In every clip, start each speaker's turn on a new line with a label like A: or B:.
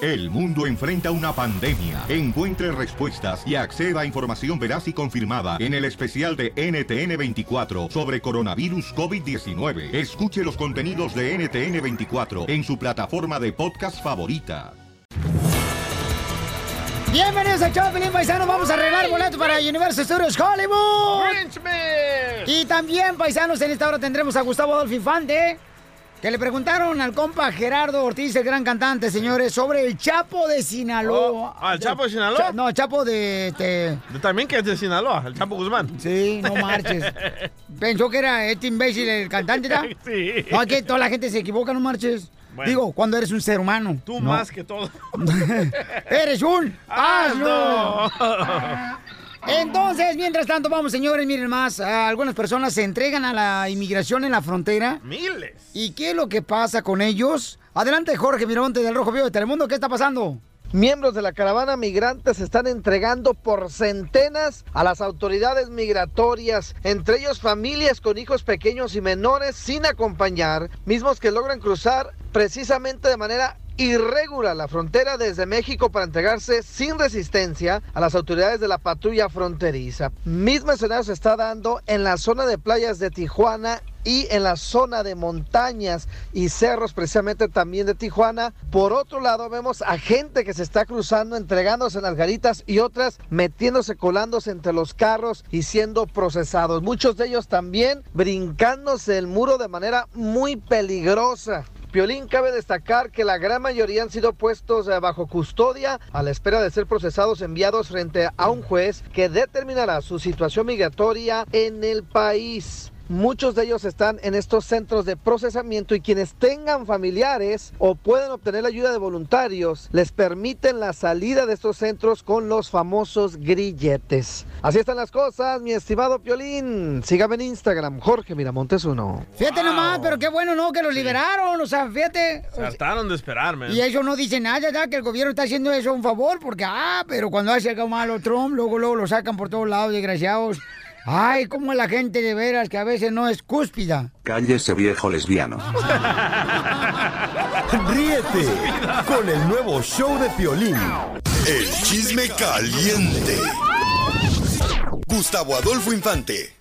A: El mundo enfrenta una pandemia. Encuentre respuestas y acceda a información veraz y confirmada en el especial de NTN24 sobre coronavirus COVID-19. Escuche los contenidos de NTN24 en su plataforma de podcast favorita.
B: Bienvenidos a Chopin Paisano. Vamos a arreglar boletos para Universal Studios Hollywood. Y también, paisanos, en esta hora tendremos a Gustavo Adolfo Infante, que le preguntaron al compa Gerardo Ortiz, el gran cantante, señores, sobre el Chapo de Sinaloa.
C: Oh, ¿ah, el Chapo de Sinaloa?
B: Cha- no, el Chapo de... este, de-
C: También que es de Sinaloa, el Chapo Guzmán.
B: Sí, no marches. Pensó que era este imbécil el cantante, ¿verdad?
C: Sí.
B: No, es que toda la gente se equivoca, no marches.
C: Bueno.
B: Digo, cuando eres un ser humano.
C: Tú
B: ¿no?
C: más que todo.
B: ¡Eres un asno!
C: Ah,
B: Entonces, mientras tanto, vamos, señores, miren más. ah, Algunas personas se entregan a la inmigración en la frontera.
C: Miles.
B: ¿Y qué es lo que pasa con ellos? Adelante, Jorge Miramonte del Rojo Vivo de Telemundo. ¿Qué está pasando?
D: Miembros de la caravana migrante se están entregando por centenas a las autoridades migratorias, entre ellos familias con hijos pequeños y menores sin acompañar, mismos que logran cruzar precisamente de manera irregular la frontera desde México para entregarse sin resistencia a las autoridades de la patrulla fronteriza. Mismo escenario se está dando en la zona de playas de Tijuana y en la zona de montañas y cerros precisamente también de Tijuana. Por otro lado vemos a gente que se está cruzando, entregándose en las garitas y otras metiéndose, colándose entre los carros y siendo procesados. Muchos de ellos también brincándose el muro de manera muy peligrosa. Piolín cabe destacar que la gran mayoría han sido puestos eh, bajo custodia a la espera de ser procesados enviados frente a un juez que determinará su situación migratoria en el país. Muchos de ellos están en estos centros de procesamiento y quienes tengan familiares o pueden obtener la ayuda de voluntarios les permiten la salida de estos centros con los famosos grilletes. Así están las cosas, mi estimado Piolín. Sígame en Instagram, Jorge Miramontes uno.
B: Fíjate nomás, pero qué bueno, ¿no? Que los liberaron, o sea, fíjate. o sea,
C: Saltaron de esperarme.
B: y ellos no dicen nada, ya que el gobierno está haciendo eso a un favor, porque, ah, pero cuando hace algo malo Trump, luego, luego lo sacan por todos lados, desgraciados. Ay, cómo la gente de veras que a veces no es cúspida.
E: Cállese viejo lesbiano.
F: Ríete con el nuevo show de Piolín.
G: El chisme caliente. Gustavo Adolfo Infante.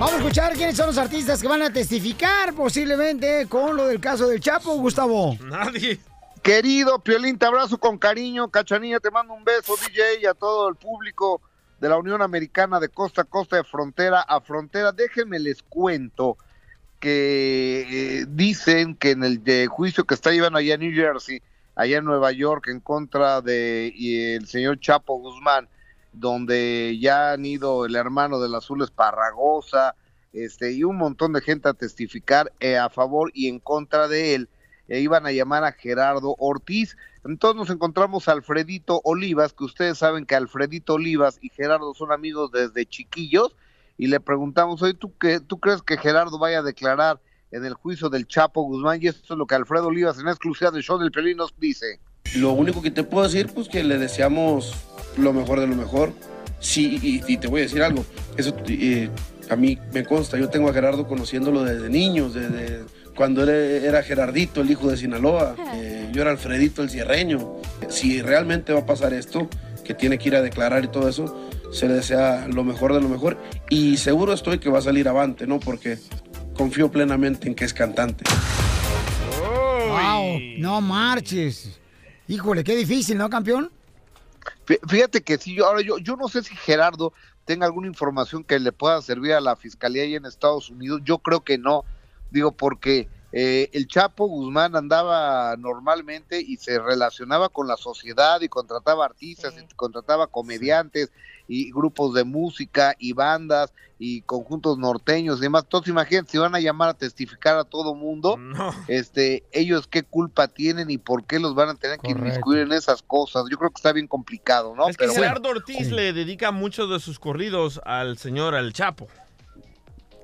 B: Vamos a escuchar quiénes son los artistas que van a testificar posiblemente con lo del caso del Chapo, Gustavo.
C: Nadie.
H: Querido Piolín, te abrazo con cariño. Cachanilla, te mando un beso, DJ, y a todo el público de la Unión Americana de costa a costa, de frontera a frontera. Déjenme les cuento que eh, dicen que en el de juicio que está llevando allá en New Jersey, allá en Nueva York, en contra de y el señor Chapo Guzmán, donde ya han ido el hermano del Azul Esparragosa, este, y un montón de gente a testificar eh, a favor y en contra de él e iban a llamar a Gerardo Ortiz. Entonces nos encontramos a Alfredito Olivas, que ustedes saben que Alfredito Olivas y Gerardo son amigos desde chiquillos, y le preguntamos, oye, ¿tú, qué, ¿tú crees que Gerardo vaya a declarar en el juicio del Chapo Guzmán? Y esto es lo que Alfredo Olivas en exclusiva del show del Pelín nos dice.
I: Lo único que te puedo decir, pues que le deseamos lo mejor de lo mejor. Sí, y, y te voy a decir algo. Eso eh, a mí me consta. Yo tengo a Gerardo conociéndolo desde niños, desde cuando él era Gerardito, el hijo de Sinaloa. Eh, yo era Alfredito, el cierreño. Si realmente va a pasar esto, que tiene que ir a declarar y todo eso, se le desea lo mejor de lo mejor. Y seguro estoy que va a salir avante, ¿no? Porque confío plenamente en que es cantante.
B: Wow, no marches. Híjole, qué difícil, ¿no, campeón?
H: Fí- Fíjate que sí, yo, ahora yo, yo no sé si Gerardo tenga alguna información que le pueda servir a la fiscalía ahí en Estados Unidos. Yo creo que no, digo, porque eh, el Chapo Guzmán andaba normalmente y se relacionaba con la sociedad y contrataba artistas, y contrataba comediantes y grupos de música y bandas y conjuntos norteños y demás. Entonces, imagínense, si van a llamar a testificar a todo mundo,
C: No.
H: este, ellos qué culpa tienen y por qué los van a tener que
B: Correcto.
H: inmiscuir en esas cosas. Yo creo que está bien complicado, ¿no?
C: es que
H: Pero bueno.
C: Gerardo Ortiz le dedica muchos de sus corridos al señor, al Chapo.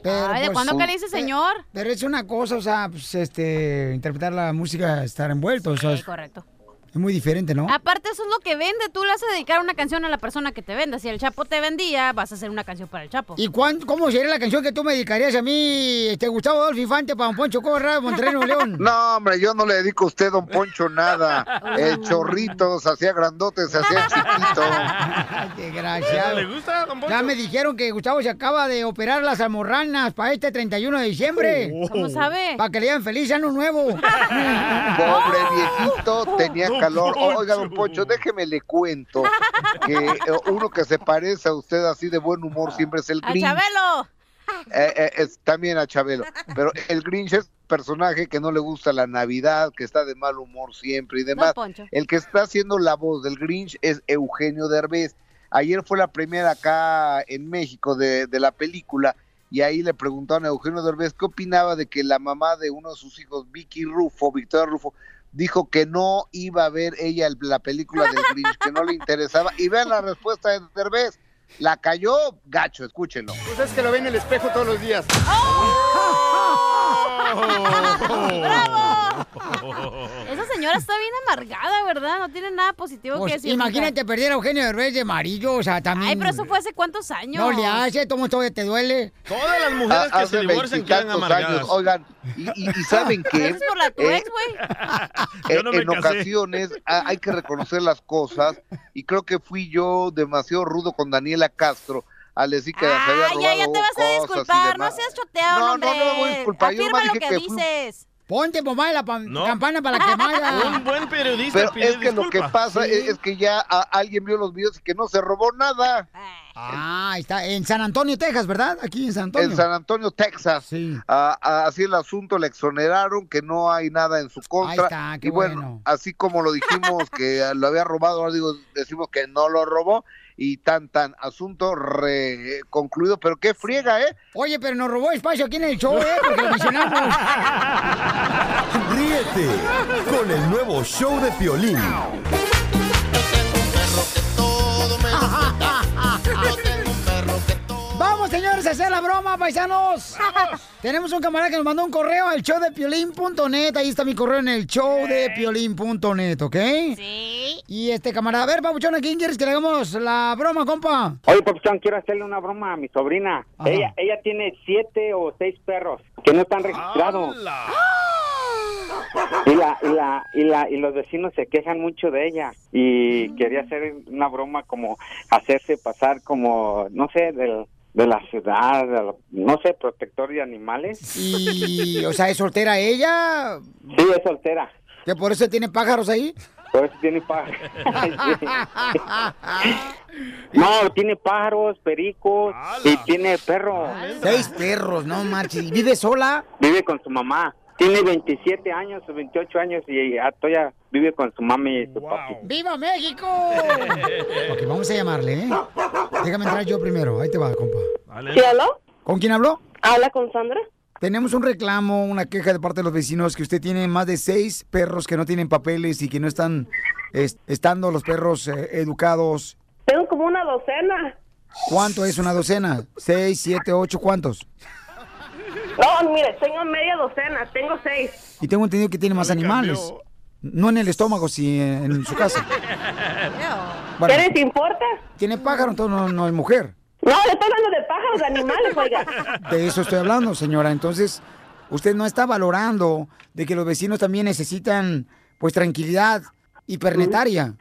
B: Pero,
J: Ay, ¿de
B: pues,
J: cuándo que le dice
B: pe-
J: señor?
B: Pero es una cosa, o sea, pues, este, interpretar la música, estar envuelto, o sea,
J: Sí, correcto.
B: Es muy diferente, ¿no?
J: Aparte, eso es lo que vende. Tú le vas a dedicar una canción a la persona que te venda. Si el Chapo te vendía, vas a hacer una canción para el Chapo.
B: ¿Y cuán- cómo sería la canción que tú me dedicarías a mí, este Gustavo Adolfo Infante, para un Poncho Corra, Monterrey, Nuevo León?
H: No, hombre, yo no le dedico a usted, don Poncho, nada. El chorrito se hacía grandote, se hacía chiquito.
B: Qué gracia.
H: ¿Le
B: gusta, Ya me dijeron que Gustavo se acaba de operar las almorranas para este 31 de diciembre.
J: ¿Cómo sabe?
B: Para que le digan feliz año nuevo.
H: Pobre viejito, tenía calor. Oiga, ¡Ah! don Poncho, déjeme le cuento que eh, uno que se parece a usted así de buen humor siempre es el
J: ¡A
H: Grinch.
J: Chabelo!
H: Eh, eh, es, también a Chabelo. Pero el Grinch es personaje que no le gusta la Navidad, que está de mal humor siempre y demás.
J: Poncho.
H: El que está haciendo la voz del Grinch es Eugenio Derbez. Ayer fue la primera acá en México de, de la película y ahí le preguntaron a Eugenio Derbez qué opinaba de que la mamá de uno de sus hijos, Vicky Rufo, Victoria Rufo, dijo que no iba a ver ella el- la película del Grinch, que no le interesaba. Y vean la respuesta de Derbez. La cayó gacho, escúchenlo.
K: Pues es que lo ve en el espejo todos los días.
J: ¡Oh!
B: ¡Ah!
J: Esa señora está bien amargada, ¿verdad? No tiene nada positivo
B: Pues,
J: que decir.
B: imagínate perder a Eugenio Derbez de amarillo, o sea, también.
J: Ay, pero eso fue hace cuántos años.
B: No le hace, tomo todo te duele.
C: Todas las
H: mujeres que se Ah, Hace divorcian quedan veintitantos amargadas. años, oigan, y, saben qué?
J: Eso es por la tu
H: Eh,
J: ex, güey.
H: Eh, en ocasiones a- hay que reconocer las cosas y creo que fui yo demasiado rudo con Daniela Castro al decir que se había
J: Ay, ya,
H: robado
J: ya te vas a
H: cosas y
J: disculpar. No
H: demás.
J: seas choteado,
H: No, no,
J: hombre.
H: no me voy a disculpar, yo
J: Afirma
H: nomás
J: lo
H: dije
J: que,
H: que fui-
J: dices.
B: Ponte, mamá, la pam- campana para la quemada.
C: Un buen periodista
H: Pero
C: pide
H: es que lo que
C: disculpas.
H: pasa es, es que ya a- alguien vio los videos y que no se robó nada.
B: Ah, ahí está en San Antonio, Texas, ¿verdad? Aquí en San Antonio.
H: En San Antonio, Texas. Ah, ah, así el asunto, le exoneraron, que no hay nada en su contra.
B: está, qué
H: y bueno,
B: bueno.
H: así como lo dijimos que ah, lo había robado, ahora digo, decimos que no lo robó y tan, tan, asunto re- eh, concluido, pero qué friega, ¿eh?
B: Oye, pero nos robó espacio aquí en el show, ¿eh? Porque lo mencionamos.
F: Ríete con el nuevo show de Piolín.
B: Vamos, señores, a hacer la broma, paisanos. Tenemos un camarada que nos mandó un correo al show de piolín.net. Ahí está mi correo en el show de piolín.net, ¿ok? Sí. Y este camarada, a ver, Papuchón, ¿a quién quieres que le hagamos la broma, compa?
L: Oye, Papuchón, quiero hacerle una broma a mi sobrina.
B: Ajá.
L: Ella, ella tiene siete o seis perros que no están registrados. Y, la, y, la, y, la, y los vecinos se quejan mucho de ella.
B: Mm.
L: Y quería hacer una broma como hacerse pasar como, no sé, del, de la ciudad, de la- no sé, protector de animales.
B: Y, o sea, ¿es soltera ella?
L: Sí, es soltera.
B: ¿Que por eso tiene pájaros ahí?
L: Por eso tiene pájaros. No, tiene pájaros, pericos y tiene perros.
B: Seis perros, no marches. ¿Y vive sola?
L: Vive con su mamá. Tiene 27 años o 28 años y a- todavía vive con su mami y su papi.
B: ¡Viva México! ok, vamos a llamarle, ¿eh? Déjame entrar yo primero. Ahí te va, compa.
M: ¿Sí habló?
B: ¿Con quién habló?
M: ¿Habla con Sandra?
B: Tenemos un reclamo, una queja de parte de los vecinos que usted tiene más de seis perros que no tienen papeles y que no están es- estando los perros eh, educados.
M: Tengo como una docena.
B: ¿Cuánto es una docena? ¿Seis, siete, ocho? ¿Cuántos?
M: No, mire, tengo media docena, tengo seis.
B: Y tengo entendido que tiene más animales. No en el estómago, sí en su casa. Bueno.
M: ¿Qué les importa?
B: Tiene pájaro, entonces no, no es mujer.
M: No, le estoy hablando de pájaros, de animales, oiga.
B: De eso estoy hablando, señora. Entonces, usted no está valorando de que los vecinos también necesitan, pues, tranquilidad hipernetaria.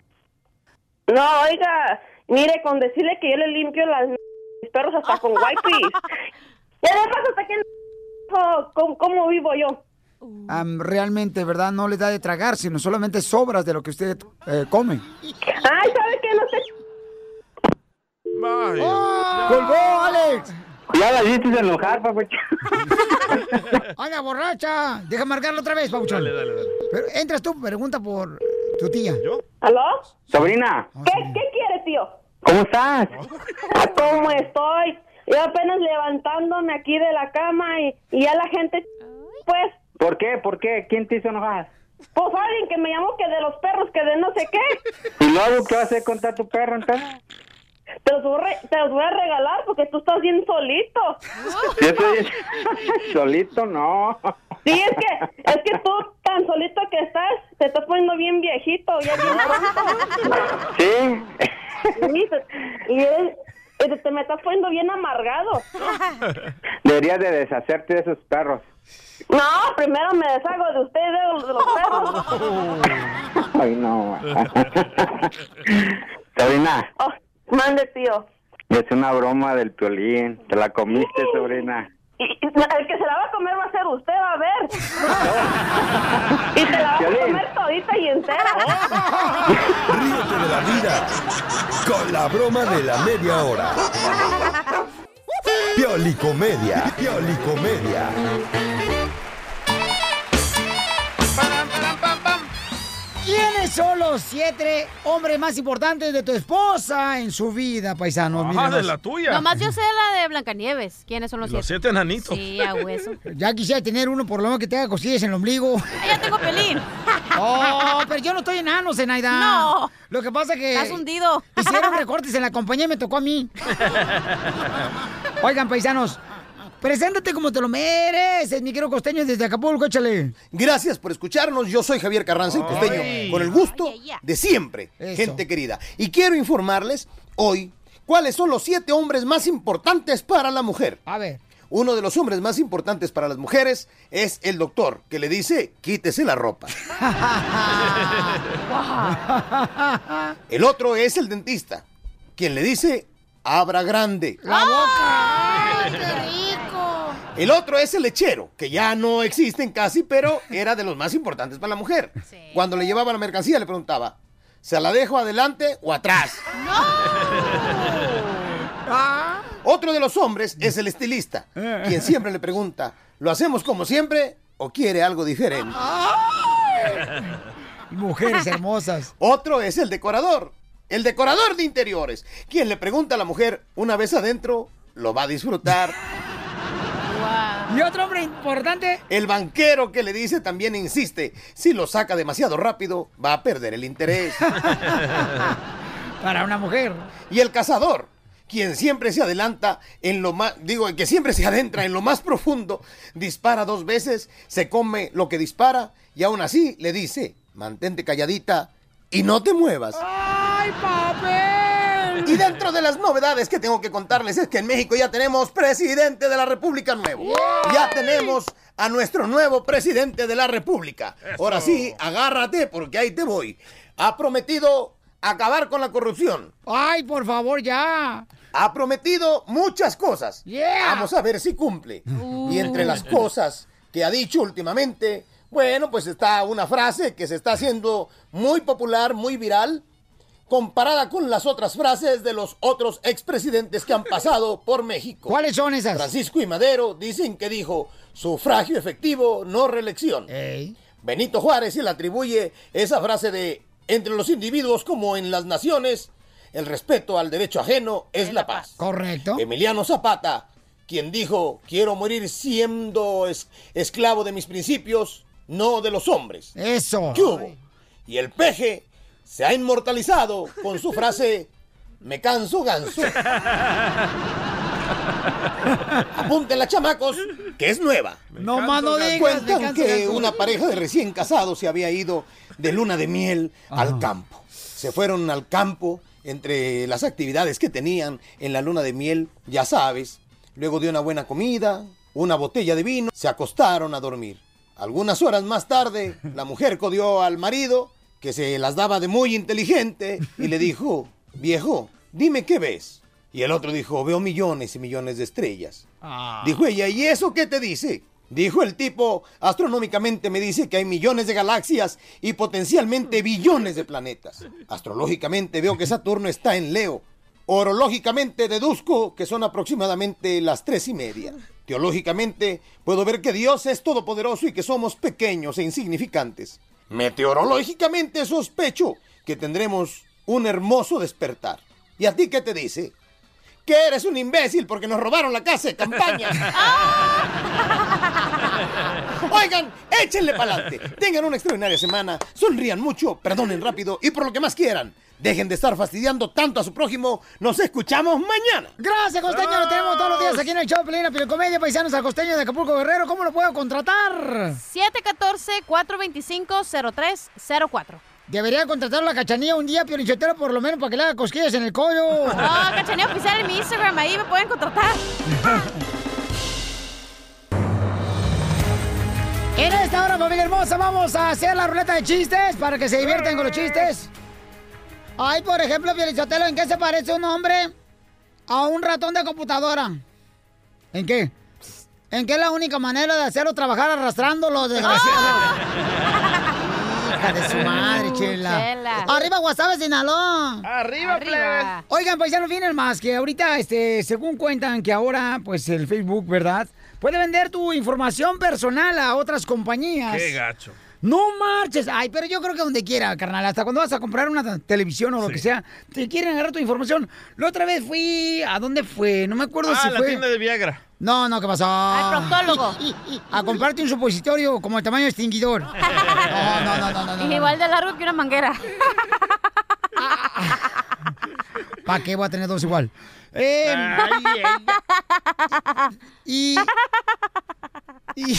M: No, oiga, mire, con decirle que yo le limpio las n- mis perros hasta con wipes. ¿Qué le pasa hasta que n- hijo? ¿Cómo, cómo vivo yo?
B: Am, realmente, ¿verdad? No les da de tragar, sino solamente sobras de lo que usted eh, come.
M: Ay, ¿sabe qué? No sé.
B: ¡Oh! ¡Colgó, Alex!
L: Ya la hiciste enojar, papuchón.
B: ¡Anda, borracha! Deja marcarlo otra vez, Pauchón. Dale, dale, dale. Pero entras tú, pregunta por tu tía. ¿Yo?
M: ¿Aló?
B: Ah,
L: Sobrina,
M: ¿Qué, ¿Qué quiere, tío?
L: ¿cómo estás?
M: Ah, ¿Cómo estoy? Yo apenas levantándome aquí de la cama y, y ya la gente, pues,
L: ¿Por qué? ¿Por qué? ¿Quién te hizo enojar?
M: pues alguien que me llamó que de los perros, que de no sé qué.
L: ¿Y luego qué vas a hacer contra tu perro entonces?
M: Te los, voy a re- te los voy a regalar porque tú estás bien solito.
L: Yo estoy solito, no.
M: Sí, es que, es que tú tan solito que estás, te estás poniendo bien viejito, ya bien pronto.
L: Sí,
M: Sí, te- y eres- te, te me estás poniendo bien amargado.
L: deberías de deshacerte de esos perros.
M: No, primero me deshago de ustedes, de los- de los perros.
L: Ay, no. Sabrina,
M: Mande, tío.
L: es una broma del piolín. Te la comiste, sobrina.
M: Y, y el que se la va a comer va a ser usted, a ver. y te la va a comer todita y entera.
F: Ríete de la vida con la broma de la media hora. Piolicomedia, piolicomedia.
B: ¿Quiénes son los siete hombres más importantes de tu esposa en su vida, paisanos?
C: Ajá,
B: Mírenos.
C: de la tuya.
J: Nomás yo sé la de Blancanieves. ¿Quiénes son los,
C: Los siete enanitos.
J: Sí, a hueso.
B: Ya quisiera tener uno por lo menos que tenga cosillas en el ombligo.
J: Ya tengo pelín.
B: Oh, pero yo no estoy enano, Zenaida.
J: No.
B: Lo que pasa que...
J: Estás hundido.
B: Hicieron recortes en la compañía y me tocó a mí. Oigan, paisanos, preséntate como te lo mereces, mi querido costeño desde Acapulco, échale.
N: Gracias por escucharnos. Yo soy Javier Carranza, el costeño,
B: Ay.
N: con el gusto de siempre,
B: Eso.
N: gente querida. Y quiero informarles hoy cuáles son los siete hombres más importantes para la mujer.
B: A ver.
N: Uno de los hombres más importantes para las mujeres es el doctor, que le dice, quítese la ropa. El otro es el dentista, quien le dice, abra grande.
B: ¡La boca!
J: ¡Ay, qué rico!
N: El otro es el lechero, que ya no existen casi, pero era de los más importantes para la mujer. Cuando le llevaba la mercancía le preguntaba, ¿se la dejo adelante o atrás? Otro de los hombres es el estilista, quien siempre le pregunta, ¿lo hacemos como siempre o quiere algo diferente?
B: Mujeres hermosas.
N: Otro es el decorador, el decorador de interiores, quien le pregunta a la mujer, una vez adentro, ¿lo va a disfrutar?
B: Y otro hombre importante.
N: El banquero que le dice también insiste, si lo saca demasiado rápido, va a perder el interés.
B: Para una mujer.
N: Y el cazador, quien siempre se adelanta en lo más, digo, que siempre se adentra en lo más profundo, dispara dos veces, se come lo que dispara y aún así le dice, mantente calladita y no te muevas.
B: ¡Ay, papel!
N: Y dentro de las novedades que tengo que contarles es que en México ya tenemos presidente de la República nuevo. Ya tenemos a nuestro nuevo presidente de la República. Ahora sí, agárrate porque ahí te voy. Ha prometido acabar con la corrupción.
B: Ay, por favor, ya.
N: Ha prometido muchas cosas.
B: Yeah.
N: Vamos a ver si cumple. Y entre las
C: Uh.
N: cosas que ha dicho últimamente, bueno, pues está una frase que se está haciendo muy popular, muy viral, comparada con las otras frases de los otros expresidentes que han pasado por México.
B: ¿Cuáles son esas?
N: Francisco y Madero dicen que dijo sufragio efectivo, no reelección. Benito Juárez se le atribuye esa frase de entre los individuos como en las naciones, el respeto al derecho ajeno es la paz.
B: Correcto.
N: Emiliano Zapata, quien dijo, quiero morir siendo es- esclavo de mis principios, no de los hombres.
B: Eso.
N: ¿Qué hubo? Y el peje se ha inmortalizado con su frase, me canso ganso. Apúntenla, chamacos, que es nueva.
B: No más no digas, me
N: Cuentan
B: canso
N: que
B: ganso.
N: una pareja de recién casados se había ido de luna de miel al campo. Se fueron al campo entre las actividades que tenían en la luna de miel, ya sabes. Luego de una buena comida, una botella de vino, se acostaron a dormir. Algunas horas más tarde, la mujer codió al marido, que se las daba de muy inteligente, y le dijo, viejo, dime qué ves. Y el otro dijo, veo millones y millones de estrellas.
C: Ah.
N: Ah. Dijo ella, ¿y eso qué te dice? Dijo el tipo, astronómicamente me dice que hay millones de galaxias y potencialmente billones de planetas. Astrológicamente veo que Saturno está en Leo. Orológicamente deduzco que son aproximadamente las tres y media. Teológicamente puedo ver que Dios es todopoderoso y que somos pequeños e insignificantes. Meteorológicamente sospecho que tendremos un hermoso despertar. ¿Y a ti qué te dice? Que eres un imbécil porque nos robaron la casa de campaña.
C: Ah.
N: Oigan, échenle pa'lante. Tengan una extraordinaria semana. Sonrían mucho, perdonen rápido y por lo que más quieran. Dejen de estar fastidiando tanto a su prójimo. Nos escuchamos mañana.
B: Gracias, Costeño. Lo tenemos todos los días aquí en el show Pelina Comedia Paisanos al Costeño de Acapulco Guerrero. ¿Cómo lo puedo contratar?
J: 714-425-0304.
B: Debería contratar a la cachanilla un día, Piolichotero, por lo menos para que le haga cosquillas en el collo.
J: No, Cachanilla Oficial en mi Instagram, ahí me pueden contratar.
B: En esta hora, familia hermosa, vamos a hacer la ruleta de chistes para que se diviertan con los chistes. Ay, por ejemplo, Pielichotelo, ¿en qué se parece un hombre a un ratón de computadora? ¿En qué? ¿En qué es la única manera de hacerlo trabajar arrastrándolo, desgraciado? Hija de su madre,
J: Uh,
B: chela.
J: Chela.
B: Arriba, Guasave, Sinaloa.
J: Arriba, Arriba. plebes.
B: Oigan, paisanos, vienen más que ahorita, este, según cuentan que ahora, pues el Facebook, ¿verdad? Puede vender tu información personal a otras compañías.
C: Qué gacho.
B: No marches. Ay, pero yo creo que donde quiera, carnal. Hasta cuando vas a comprar una t- televisión o lo que sea, te quieren agarrar tu información. La otra vez fui. ¿A dónde fue? No me acuerdo
C: Ah,
B: si
C: la
B: fue.
C: tienda de Viagra.
B: No, no, ¿qué pasó?
C: Al proctólogo.
B: a comprarte un supositorio como el tamaño de extinguidor. No, no, no, no, no. no, no.
J: Igual de largo que una manguera.
B: ¿Para qué voy a tener dos igual? Eh, y, y,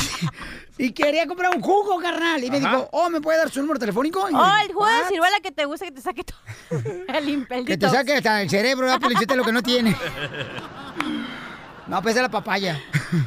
B: y quería comprar un jugo, carnal. Y me dijo, oh, ¿me puede dar su número telefónico? Y yo,
J: Oh, el jugo de
B: "What?".
J: ciruela que te gusta que te saque todo. El impel.
B: Que te saque hasta el cerebro, ¿verdad? Piolichotelo, lo que no tiene. No, pese la papaya.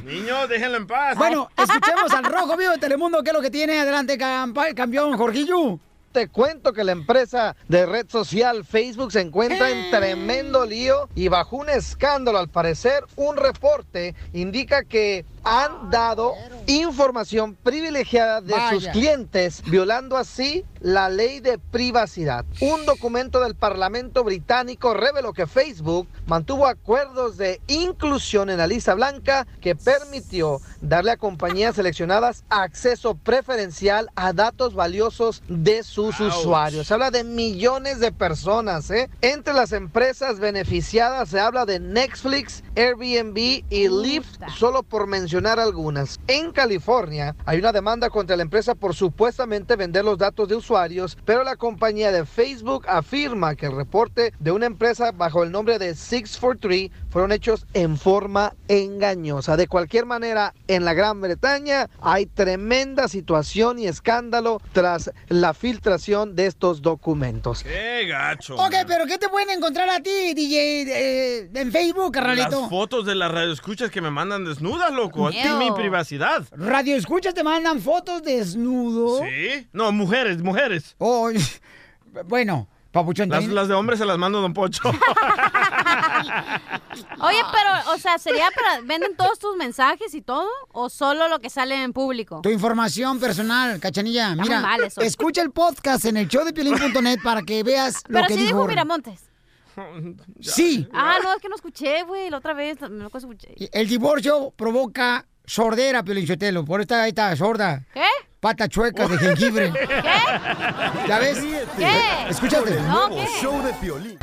C: Niño, déjenlo en paz.
B: Bueno, escuchemos al Rojo Vivo de Telemundo, ¿qué es lo que tiene? Adelante, campa- campeón Jorgillo.
D: Te cuento que la empresa de red social Facebook se encuentra en tremendo lío y bajo un escándalo. Al parecer, un reporte indica que han dado información privilegiada de sus
O: Vaya.
D: clientes, violando así la ley de privacidad. Un documento del Parlamento británico reveló que Facebook mantuvo acuerdos de inclusión en la lista blanca que permitió darle a compañías seleccionadas acceso preferencial a datos valiosos de sus usuarios. Se habla de millones de personas. ¿eh? Entre las empresas beneficiadas se habla de Netflix, Airbnb y Lyft, solo por mencionar algunas. En California hay una demanda contra la empresa por supuestamente vender los datos de usuarios, pero la compañía de Facebook afirma que el reporte de una empresa bajo el nombre de 643 fueron hechos en forma engañosa. De cualquier manera, en la Gran Bretaña hay tremenda situación y escándalo tras la filtración de estos documentos.
C: Qué gacho.
B: Ok, pero ¿qué te pueden encontrar a ti, DJ, eh, en Facebook,
C: Las
B: carnalito?
C: fotos de las radioescuchas que me mandan desnudas, loco. Es mi
B: Ew.
C: privacidad.
B: Radio Escuchas te mandan fotos desnudo.
C: ¿Sí? No, mujeres, mujeres.
B: Oh, bueno, papuchón.
C: Las,
B: también-
C: las de hombres se las mando a Don Poncho.
J: Oye, pero, o sea, ¿sería para. ¿Venden todos tus mensajes y todo? ¿O solo lo que sale en público?
B: Tu información personal, cachanilla.
J: muy
B: Mira,
J: mal eso.
B: escucha el podcast en el show de Piolín.net para que veas lo
J: Pero
B: que
J: sí dijo
B: dijo.
J: Miramontes.
B: Sí.
J: Ah, no, es que no escuché, güey. La otra vez no lo escuché.
B: El divorcio provoca sordera, Piolichotelo. Por esta, esta sorda.
J: ¿Qué?
B: Pata chueca de jengibre. ¿Ya ves?
F: ¿Qué?
B: Escúchate.
F: Con el este, nuevo show de Piolín.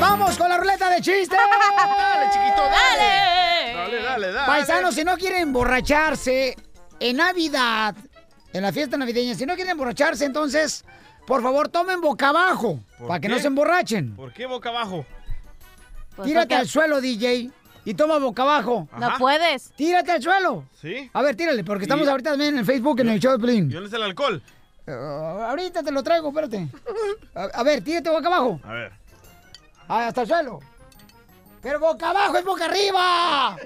B: ¡Vamos con la ruleta de chistes! ¡Dale, chiquito,
J: dale!
C: Dale, dale, dale.
B: Paisanos, si no quieren emborracharse en Navidad, en la fiesta navideña, si no quieren emborracharse, entonces, por favor, tomen boca abajo
C: ¿Por
B: para que
C: qué?
B: no se emborrachen.
C: ¿Por qué boca abajo?
B: Tírate
C: porque-
B: al suelo, DJ, y toma boca abajo.
C: No Ajá.
J: puedes.
B: Tírate al suelo.
C: ¿Sí?
B: A ver, tírale, porque estamos
C: Y-
B: ahorita también en el Facebook, en el show de
C: ¿Y
B: Plin.
C: dónde está el alcohol?
B: Eh, ahorita te lo traigo, espérate. A, a ver, tírate boca abajo.
C: A ver.
B: Ah, Hasta el suelo. Pero boca abajo es boca arriba.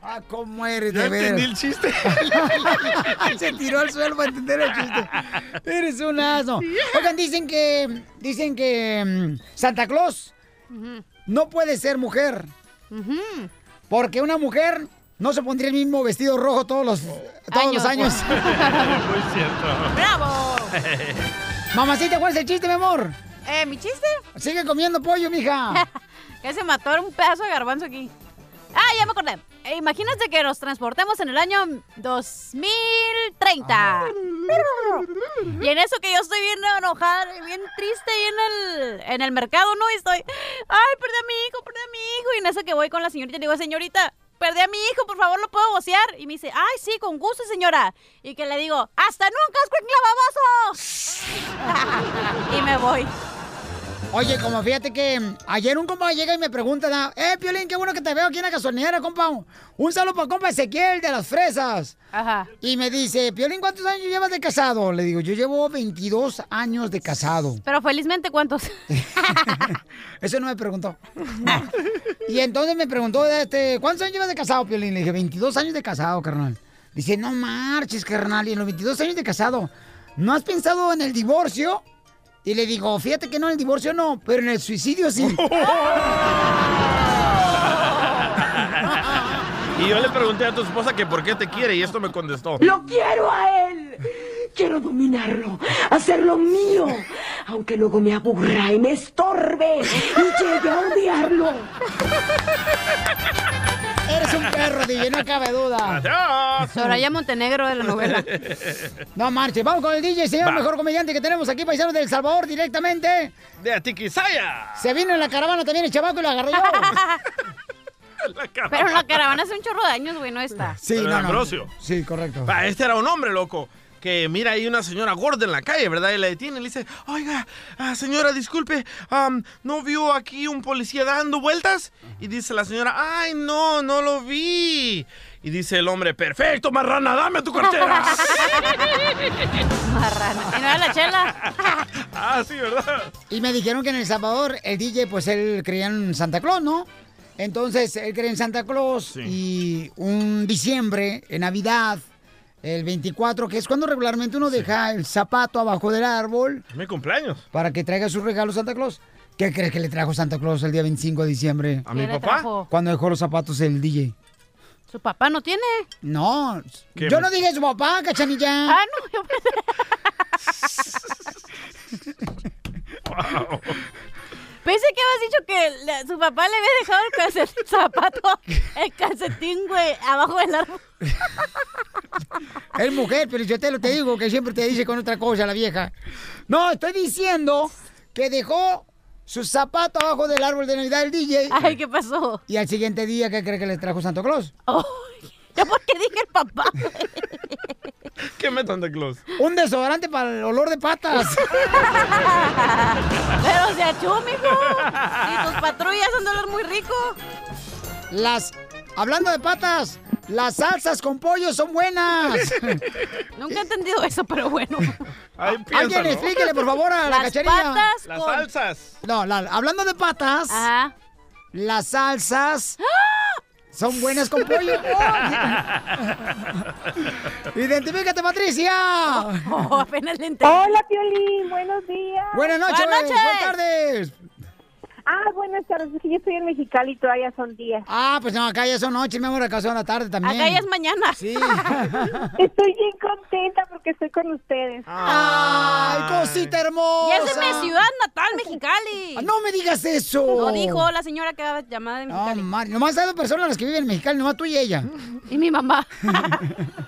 B: Ah, cómo eres,
C: Ya
B: de veras.
C: entendí el chiste.
B: Se tiró al suelo para entender el chiste. Eres un asno. Oigan, dicen que. Dicen que mm, Santa Claus no puede ser mujer. Porque una mujer no se pondría el mismo vestido rojo todos los, todos los años.
C: Muy cierto.
J: ¡Bravo!
B: Mamacita, ¿cuál es el chiste, mi amor?
J: Eh, ¿mi chiste?
B: Sigue comiendo pollo, mija.
J: que se mató un pedazo de garbanzo aquí. Ah, ya me acordé. Eh, imagínate que nos transportemos en el año 2030. Y en eso que yo estoy bien enojada, bien triste ahí en el, en el mercado, ¿no? Y estoy, ay, perdí a mi hijo, perdí a mi hijo. Y en eso que voy con la señorita y le digo, señorita, perdí a mi hijo, por favor, ¿lo puedo vocear? Y me dice, ay, sí, con gusto, señora. Y que le digo, ¡hasta nunca, escuincla baboso! y me voy.
B: Oye, como fíjate que ayer un compa llega y me pregunta, ¿no? eh, Piolín, qué bueno que te veo aquí en la gasolinera, compa. Un saludo para compa Ezequiel de las fresas.
J: Ajá.
B: Y me dice, Piolín, ¿cuántos años llevas de casado? Le digo, yo llevo 22 años de casado.
J: Pero felizmente, ¿cuántos?
B: Eso no me preguntó. y entonces me preguntó, este, ¿cuántos años llevas de casado, Piolín? Le dije, 22 años de casado, carnal. Dice, no marches, carnal, y en los 22 años de casado, ¿no has pensado en el divorcio? Y le digo, fíjate que no, en el divorcio no, pero en el suicidio sí. Ah,
C: Y yo le pregunté a tu esposa que por qué te quiere y esto me contestó.
O: Lo quiero a él. Quiero dominarlo, hacerlo mío, aunque luego me aburra y me estorbe y llegue a odiarlo.
B: Eres un perro, DJ, no cabe duda.
J: Soraya Montenegro de la novela.
B: No marches, vamos con el DJ, señor
C: Va.
B: mejor comediante que tenemos aquí, paisanos del Salvador, directamente.
C: De Atiquizaya.
B: Se vino en la caravana también el chabaco y lo agarré yo.
J: Pero la caravana hace un chorro de años, güey, no está.
B: Sí,
C: Pero
B: no, no.
C: Ambrosio.
B: Sí, correcto.
C: Va, este era un hombre, loco. Que mira ahí una señora gorda en la calle, ¿verdad? Y la detiene y le dice, oiga, ah, señora, disculpe, am, ¿no vio aquí un policía dando vueltas? Y dice la señora, ay, no, no lo vi. Y dice el hombre, perfecto, marrana, dame tu cartera.
J: Marrana. Y no era la chela.
C: ah, sí, ¿verdad?
B: Y me dijeron que en El Salvador el DJ, pues él creía en Santa Claus, ¿no? Entonces, él cree en Santa Claus y un diciembre, en Navidad, el 24, que es cuando regularmente uno deja el zapato abajo del árbol
C: Es mi cumpleaños.
B: para que traiga sus regalos Santa Claus. ¿Qué crees que le trajo Santa Claus el día 25 de diciembre?
C: ¿A mi ¿Qué le papá? trajo?
B: Cuando dejó los zapatos el DJ.
J: Su papá no tiene.
B: No,
J: ¿Qué?
B: yo no dije su papá, cachanilla.
J: Ah, no, yo Pensé que habías dicho que la- su papá le había dejado el calcetín, zapato, el calcetín, güey, abajo del árbol.
B: Es mujer, pero yo te lo te digo que siempre te dice con otra cosa la vieja. No, estoy diciendo que dejó su zapato abajo del árbol de Navidad del DJ.
J: Ay, ¿qué pasó? Oh.
B: Y al siguiente día, ¿qué cree que le trajo Santo Claus?
J: ¿Ya por qué dije el papá?
C: ¿Qué me Santa Claus?
B: Un desodorante para el olor de patas.
J: Pero se achó, mijo. Y tus patrullas son dolor muy rico.
B: Las. Hablando de patas, las salsas con pollo son buenas.
J: Nunca he entendido eso, pero bueno.
B: Alguien explíquele, por favor, a la
J: Las
B: cacharilla.
J: patas Las con- salsas.
B: No, la- hablando de patas, las salsas
J: ¡Ah!
B: son buenas con pollo. ¡Identifícate, Patricia!
J: Oh, apenas le
O: Hola, Piolín, buenos días.
B: Buenas noches, buenas tardes.
O: Ah, buenas tardes, es que yo estoy en Mexicali y todavía son días.
B: Ah, pues no, acá ya son noches, mi amor, acá son la tarde también.
O: Acá ya es
J: mañana.
B: Sí.
O: Estoy bien contenta porque estoy con ustedes.
B: ¡Ay, cosita hermosa!
J: Y es de mi ciudad natal, Mexicali.
B: Ah, No me digas eso.
J: Lo dijo la señora que daba llamada de
B: No,
J: Mexicali.
B: Mario, nomás hay dos personas las que viven en Mexicali, nomás tú y ella.
J: Y mi mamá.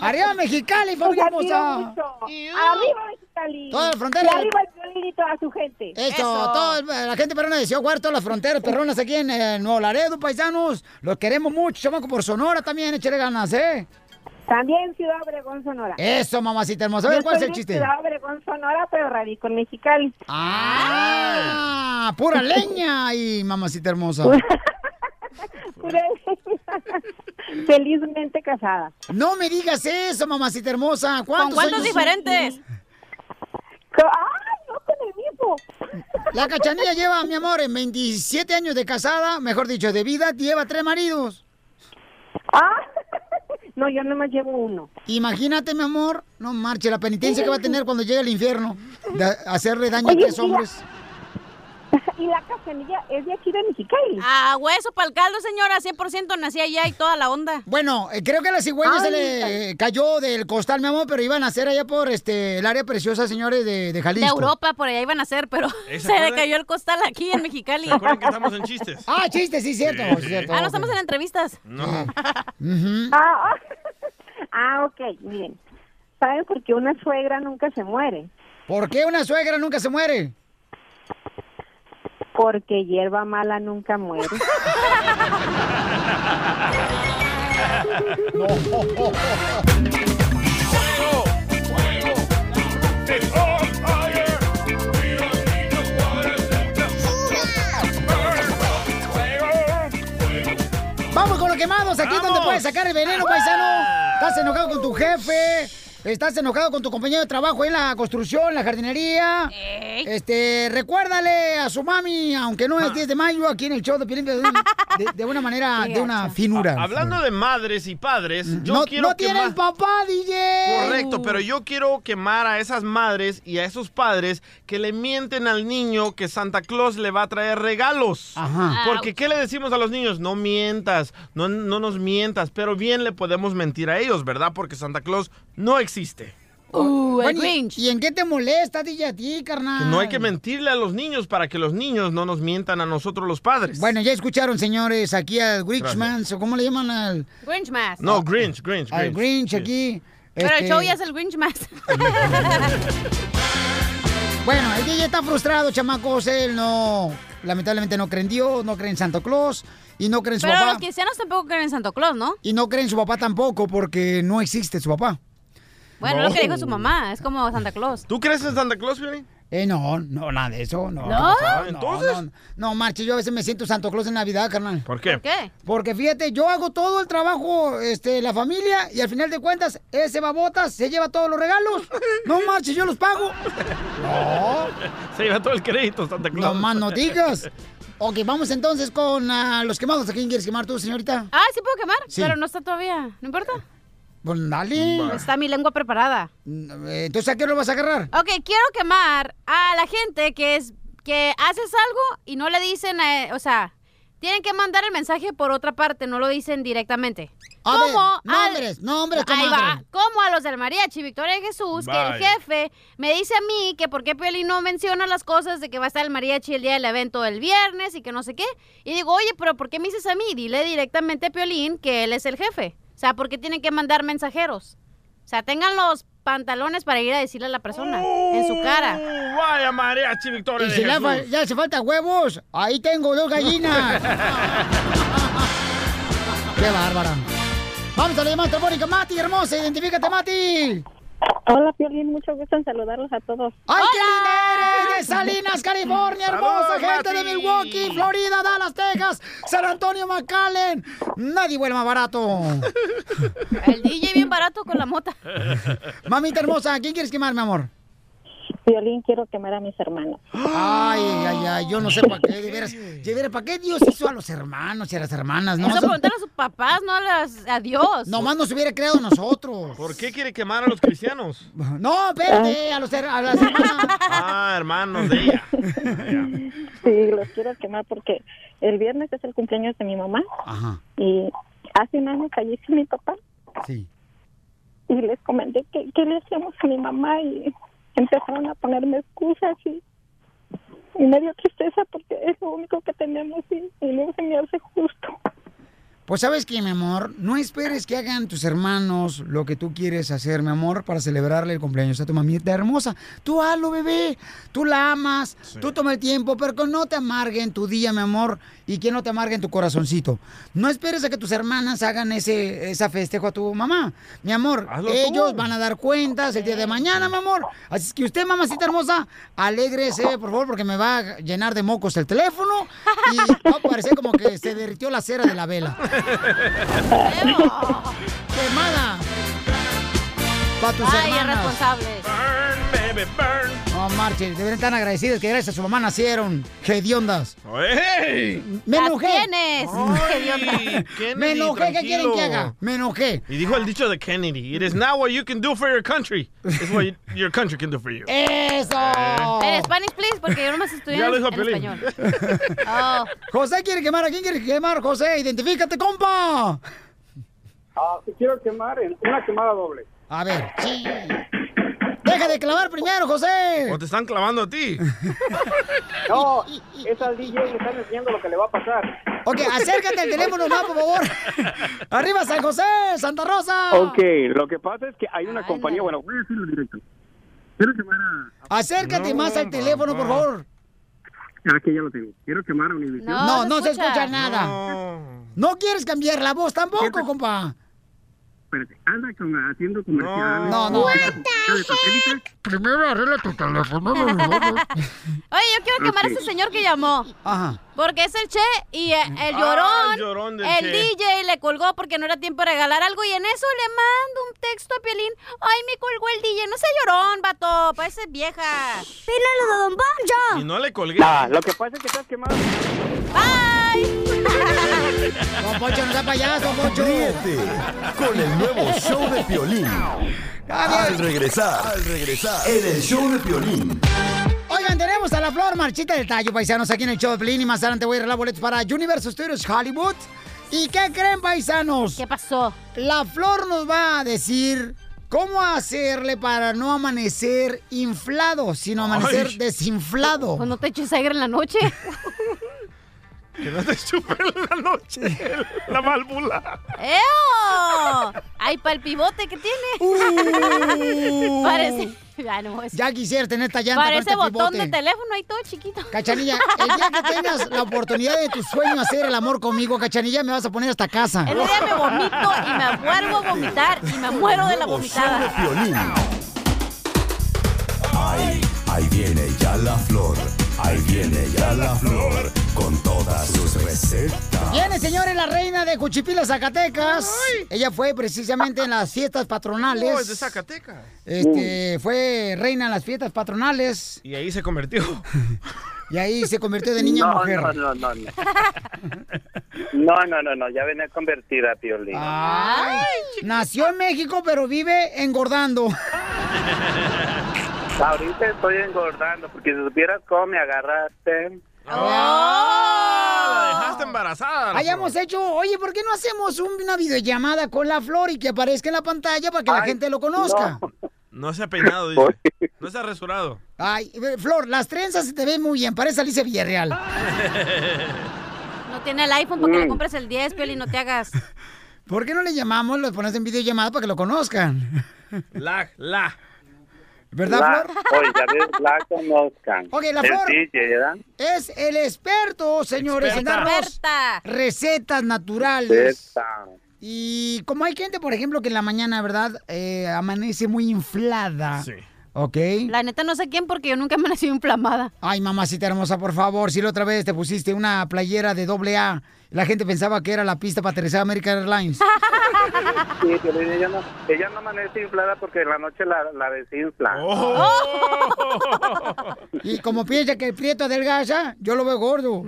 B: Arriba Mexicali, familia
O: Los admiro
B: hermosa.
O: mucho. Arriba Mexicali.
B: Toda la frontera.
O: Y arriba el Piolín y toda su gente.
B: Eso, toda el- la gente perrona de Ciudad Juárez, todas las fronteras perronas aquí en eh, Nuevo Laredo, paisanos. Los queremos mucho, chamaco por Sonora también, échale ganas, ¿eh?
O: También Ciudad Obregón, Sonora.
B: Eso, mamacita hermosa. A ver,
O: Yo
B: ¿cuál es
O: soy
B: el
O: de
B: chiste?
O: Ciudad Obregón, Sonora, pero radico en Mexicali.
B: ¡Ah! ¡Pura leña! Y mamacita hermosa.
O: Felizmente casada.
B: No me digas eso, mamacita hermosa. ¿Cuántos,
J: cuántos
B: años-
J: diferentes?
O: ¡Ay, no con el mismo!
B: La cachanilla lleva, mi amor, en 27 años de casada, mejor dicho, de vida, lleva tres maridos.
O: Ah, no, yo nomás llevo uno.
B: Imagínate, mi amor, no marche la penitencia que va a tener cuando llegue al infierno de hacerle daño a
O: Oye,
B: tres
O: mira.
B: hombres.
O: Y la casanilla es de aquí de Mexicali.
J: Ah, hueso pa'l caldo, señora. 100% nací allá y toda la onda.
B: Bueno, eh, creo que la cigüeña
J: Ay,
B: se le eh, cayó del costal, mi amor, pero iban a hacer allá por este el área preciosa, señores, de, de
J: De
B: Jalisco.
J: Europa, por allá iban a ser, pero
B: ¿Eh, se
J: se le
B: acuerdan?
J: cayó el costal aquí en Mexicali.
B: ¿Se acuerdan que
C: estamos en chistes?
B: Ah, chistes, sí, cierto.
J: Sí.
B: cierto
J: Ah, no,
B: ok.
J: estamos en entrevistas.
C: No.
O: Ah, ah, ok, miren. ¿Saben por qué una suegra nunca se muere?
B: ¿Por qué una suegra nunca se muere?
P: Porque hierba mala nunca muere.
B: Vamos con los quemados, aquí es donde puedes sacar el veneno, paisano. Estás enojado con tu jefe. Estás enojado con tu compañero de trabajo en la construcción, la jardinería. Este, recuérdale a su mami, aunque no
C: Ah.
B: es 10 de mayo, aquí en el show de Piolín, de, de- de una manera, de una finura.
C: Ah, Hablando de madres y padres, yo
B: no
C: quiero
B: no tienes
C: quemar-
B: papá, DJ.
C: Correcto, pero yo quiero quemar a esas madres y a esos padres que le mienten al niño que Santa Claus le va a traer regalos.
B: Ajá.
C: Porque ¿qué le decimos a los niños? No mientas, no, no nos mientas, pero bien le podemos mentir a ellos, ¿verdad? Porque Santa Claus no existe.
J: Uh,
B: Bueno, ¿y- ¿Y en qué te molesta, DJ, a ti, carnal?
C: Que no hay que mentirle a los niños para que los niños no nos mientan a nosotros los padres.
B: Bueno, ya escucharon, señores, aquí al Grinchman, o cómo le llaman al,
J: Grinch más.
C: No, Grinch, Grinch, Grinch.
B: al Grinch aquí.
J: Pero el
B: Este,
J: show ya es el Grinch más.
B: Bueno, el DJ está frustrado, chamacos. Él no, lamentablemente no cree en Dios, no cree en Santo Claus y no cree en su
J: Pero
B: papá.
J: los cristianos tampoco creen en Santo Claus, ¿no?
B: Y no cree en su papá tampoco porque no existe su papá.
J: Bueno, lo que dijo su
B: No.
J: mamá, es como Santa Claus.
C: ¿Tú crees en Santa Claus, Piolín?
B: Eh, no, no, nada de eso, no.
J: ¿No?
B: ¿qué pasó?
C: ¿Entonces?
B: No, no, no, marche, yo a veces me siento Santo Claus en Navidad, carnal.
C: ¿Por qué?
J: qué?
B: Porque fíjate, yo hago todo el trabajo, este, la familia, y al final de cuentas, ese babotas se lleva todos los regalos. No marche, yo los pago. No.
C: Se lleva todo el crédito Santa Claus.
B: No más no digas. Ok, vamos entonces con ah, los quemados. ¿A quién quieres quemar tú, señorita?
J: Ah, sí puedo quemar,
B: Sí.
J: pero no está todavía. No importa.
B: Bueno,
J: No
B: dale.
J: está mi lengua preparada.
B: Eh, Entonces, ¿a qué lo vas a agarrar?
J: Ok, quiero quemar a la gente que es que haces algo y no le dicen, eh, o sea, tienen que mandar el mensaje por otra parte, no lo dicen directamente.
B: A ver,
J: al-
B: nombres, nombres,
J: Ahí va.
B: comadre.
J: Como a los del mariachi Victoria y Jesús, que el
B: Vaya.
J: jefe me dice a mí que por qué Piolín no menciona las cosas de que va a estar el mariachi el día del evento del viernes y que no sé qué. Y digo, oye, pero ¿por qué me dices a mí? Dile directamente a Piolín que él es el jefe. O sea, ¿por qué tienen que mandar mensajeros? O sea, tengan los pantalones para ir a decirle a la persona en su cara.
C: Uh, vaya mariachi, Victoria.
B: Y
C: de
B: si le
C: Jesús.
B: fa- ya hace falta huevos, ahí tengo dos gallinas. ¡Qué bárbara! Vamos a la llamada telefónica. Mati, hermosa, identifícate, Mati.
Q: Hola, Piolín, mucho gusto en saludarlos a todos.
B: ¡Ay, qué linda eres! De Salinas, California, hermosa
Q: Saludos,
B: gente de
Q: Mati.
B: Milwaukee, Florida, Dallas, Texas, San Antonio, McAllen. Nadie vuelve más barato.
J: El DJ bien barato con la mota.
B: Mamita hermosa, ¿a quién quieres quemar, mi amor?
Q: Piolín, quiero quemar a mis hermanos.
B: Ay, ay, ay, yo no sé para qué, de veras. De veras, ¿para qué Dios hizo a los hermanos y a las hermanas? No,
J: Eso preguntar a sus papás, no a, las, a Dios.
B: Nomás nos hubiera creado a nosotros.
C: ¿Por qué quiere quemar a los cristianos?
B: No, espérate, a, los, her- a las hermanas.
C: Ah, hermanos de ella.
Q: Sí, los quiero quemar porque el viernes es el cumpleaños de mi mamá
B: Ajá.
Q: y hace un año falleció mi papá.
B: Sí.
Q: Y les comenté que, que le hacíamos a mi mamá y empezaron a ponerme excusas y, y me dio tristeza porque es lo único que tenemos y, y luego se me hace justo.
B: Pues sabes qué, mi amor, no esperes que hagan tus hermanos lo que tú quieres hacer, mi amor, para celebrarle el cumpleaños a tu mamita hermosa. Tú hazlo, bebé. Tú la amas, tú toma el tiempo, pero que no te amargue en tu día, mi amor, y que no te amargue en tu corazoncito. No esperes a que tus hermanas hagan ese esa festejo a tu mamá. Mi amor,
R: Hazlo
B: ellos
R: tú.
B: van a dar cuentas el día de mañana, mi amor. Así es que usted, mamacita hermosa, alégrese, por favor, porque me va a llenar de mocos el teléfono y va a parecer como que se derritió la cera de la vela. ¡Quemada! Para tus
J: Ay,
B: hermanas.
J: irresponsables.
B: No marchen, deberían estar agradecidas que gracias a su mamá nacieron. ¡Hediondas!
C: ¡Ey!
B: ¡Oh! ¡Me
J: Las
B: enojé!
J: tienes,
C: Ay, Kennedy,
B: ¡Me enojé! ¿Qué quieren
C: tranquilo.
B: que haga? ¡Me enojé!
C: Y dijo el dicho de Kennedy, it is not what you can do for your country, it's what you- your country can do for you.
B: ¡Eso!
J: En Spanish, please, porque yo nomás estudié
C: Ya
J: en,
C: lo dijo
J: en
C: Piolín.
J: español.
B: Oh. José quiere quemar. ¿A quién quiere quemar, José? ¡Identifícate, compa!
S: Ah, te quiero quemar, en- una quemada doble.
B: A ver. sí. ¡Deja de clavar primero, José!
C: O te están clavando a ti.
S: No, es al DJ le están enseñando lo que le va a pasar.
B: Ok, acércate al teléfono más, por favor. ¡Arriba San José! ¡Santa Rosa!
S: Ok, lo que pasa es que hay una compañía, bueno, voy a decirlo directo. Quiero quemar a-
B: Acércate más al teléfono, por favor.
S: Ah,
K: Aquí ya lo tengo. Quiero quemar a un imbécil.
B: No, no, se escucha nada. No. quieres cambiar la voz tampoco, compa.
K: Espérate, anda con, haciendo comerciales.
B: No, no. What
K: Primero arregla tu teléfono.
J: Oye, yo quiero quemar a
K: Ok.
J: ese señor que llamó.
B: Ajá.
J: Porque es el Che y eh, el
C: Ah,
J: llorón.
C: el llorón del
J: el
C: Che.
J: DJ le colgó porque no era tiempo de regalar algo. Y en eso le mando un texto a Pielín. Ay, me colgó el DJ. No sea llorón, vato. Parece vieja. ¡Pílalo de Don
C: Y
J: Poncho!
C: no le colgué.
S: Ah,
K: No, lo que pasa es que estás quemado.
B: Don Poncho, no sea payaso, Don Poncho.
F: Ríete con el nuevo show de Piolín. Al regresar, al regresar, en el show de Piolín.
B: Oigan, tenemos a la flor marchita del tallo, paisanos, aquí en el show de Piolín. Y más adelante voy a regalar boletos para Universo Studios Hollywood. ¿Y qué creen, paisanos? ¿Qué
J: pasó?
B: La flor nos va a decir cómo hacerle para no amanecer inflado, sino amanecer
J: Ay.
B: desinflado.
J: Cuando te eches aire en la noche.
C: Que no te chupen la noche la válvula.
J: ¡Eo! Ay, para el pivote que tiene. Parece. Ya, no, es-
B: Ya quisiera tener esta llanta Uh. con
J: Parece
B: este
J: botón de
B: pivote.
J: teléfono ahí todo chiquito.
B: Cachanilla, el día que tengas la oportunidad de tu sueño hacer el amor conmigo, Cachanilla, me vas a poner hasta casa.
J: El día me vomito y me vuelvo a vomitar y me muero de la
F: Nuevo show de
J: vomitada.
F: Piolín. Ahí, ahí viene ya la flor. Ahí viene ya la flor. Con todas sus recetas.
B: Viene, señores, la reina de Cuchipila, Zacatecas. Ella fue precisamente en las fiestas patronales.
C: Oh, es de Zacatecas.
B: Este, fue reina en las fiestas patronales
C: Y ahí se convirtió.
B: y ahí se convirtió de niña a
R: no,
B: mujer.
R: no, no, no, no. No, no, no, no, ya venía convertida, Piolín.
B: Ay, nació en México, pero vive engordando.
R: Ahorita estoy engordando, porque si supieras cómo me agarraste.
B: Ah.
C: Ah, La dejaste embarazada.
B: Hayamos hecho, oye, ¿por qué no hacemos un- una videollamada con la flor y que aparezca en la pantalla para que la gente lo conozca?
C: No se ha peinado, dice. No se ha rasurado.
B: Ay, eh, Flor, las trenzas se te ven muy bien, parece Alicia Villarreal.
J: No tiene el iPhone porque le
B: Mm.
J: compres el 10, Piel, y no te hagas.
B: ¿Por qué no le llamamos, lo pones en videollamada para que lo conozcan?
C: La, la.
B: ¿Verdad,
R: la,
B: Flor?
R: Ah, Oye, ya ves, la conozcan. Eh,
B: Ok, la
R: El
B: Flor.
R: DJ, ¿verdad?
B: Es el experto, señores, en
R: Experta.
B: darnos recetas naturales.
R: Esta.
B: Y como hay gente, por ejemplo, que en la mañana, ¿verdad? Eh, amanece muy inflada. Sí. ¿Ok?
J: La neta no sé quién porque yo nunca amanecí inflamada.
B: Ay, mamacita hermosa, por favor, si la otra vez te pusiste una playera de doble A, la gente pensaba que era la pista para aterrizar a American Airlines.
R: Sí, Piolín, ella no, ella no amanece inflada porque en la noche la, la desinfla.
B: Oh. Y como piensa que el prieto adelgaza, yo lo veo gordo.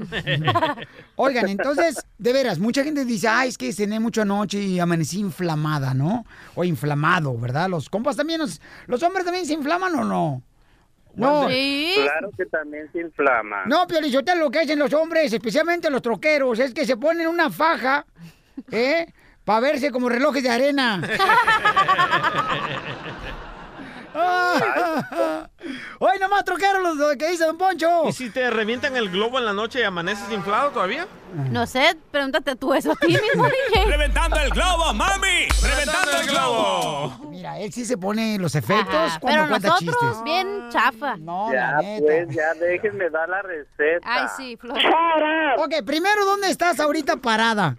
B: Oigan, entonces, de veras, mucha gente dice, ay, es que cené mucho anoche y amanecí inflamada, ¿no? O inflamado, ¿verdad? Los compas también, los, los hombres también se inflaman o no? No.
R: Claro que también se inflama.
B: No, Piolichota, lo que hacen los hombres, especialmente los troqueros, es que se ponen una faja, ¿eh? Para verse como relojes de arena. ¡Hoy nomás troqueros los los que dice Don Poncho!
C: ¿Y si te revientan el globo en la noche y amaneces inflado todavía?
J: No sé, pregúntate tú eso a ti mismo, dije.
C: ¡Reventando el globo, mami! ¡Reventando el globo!
B: Mira, él sí se pone los efectos
J: Ajá,
B: cuando
J: Pero
B: cuenta
J: nosotros,
B: chistes.
J: bien chafa.
B: No,
R: Ya, pues, ya déjenme dar la receta.
J: Ay, sí, Flor.
B: Ok, primero, ¿dónde estás ahorita parada?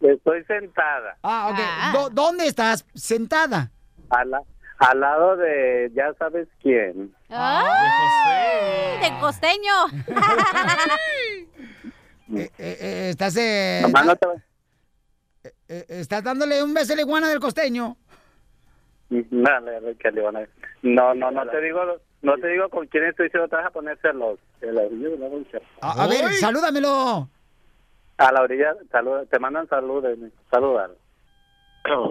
R: Estoy sentada.
B: Ah, ok. ¿Dó- ¿Dónde estás sentada?
R: Al, la- al lado de ya sabes quién.
J: Ay, Ah, de costeño.
B: Eh, eh, eh, estás, eh,
R: Nomás no te va-
B: eh, estás dándole un beso a la iguana del costeño.
R: Dale, dale, que le van a- No, no, no te digo, no te digo con quién estoy, sino te vas a poner celos.
B: A, a ver, salúdamelo.
R: A la orilla, saluda, te mandan saludos, eh, saludar.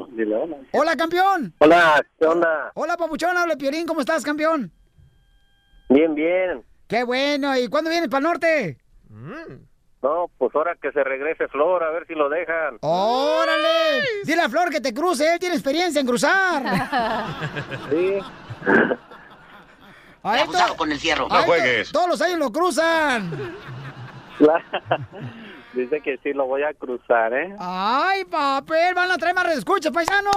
R: Dile hola.
B: Hola, campeón.
T: Hola, ¿qué onda?
B: Hola, papuchón. Hola, Piorín. ¿Cómo estás, campeón?
T: Bien, bien.
B: Qué bueno. ¿Y cuándo vienes para el norte?
T: No, pues ahora que se regrese Flor, a ver si lo dejan.
B: Oh. ¡Órale! Dile a Flor que te cruce. Él tiene experiencia en cruzar.
T: Sí.
B: A esto-
T: Abusado con el fierro. No
B: a esto-
T: juegues.
B: Todos los años lo cruzan.
R: Dice que sí, lo voy a cruzar, ¿eh?
B: ¡Ay, papel! ¡Van a traer más escucha, paisanos!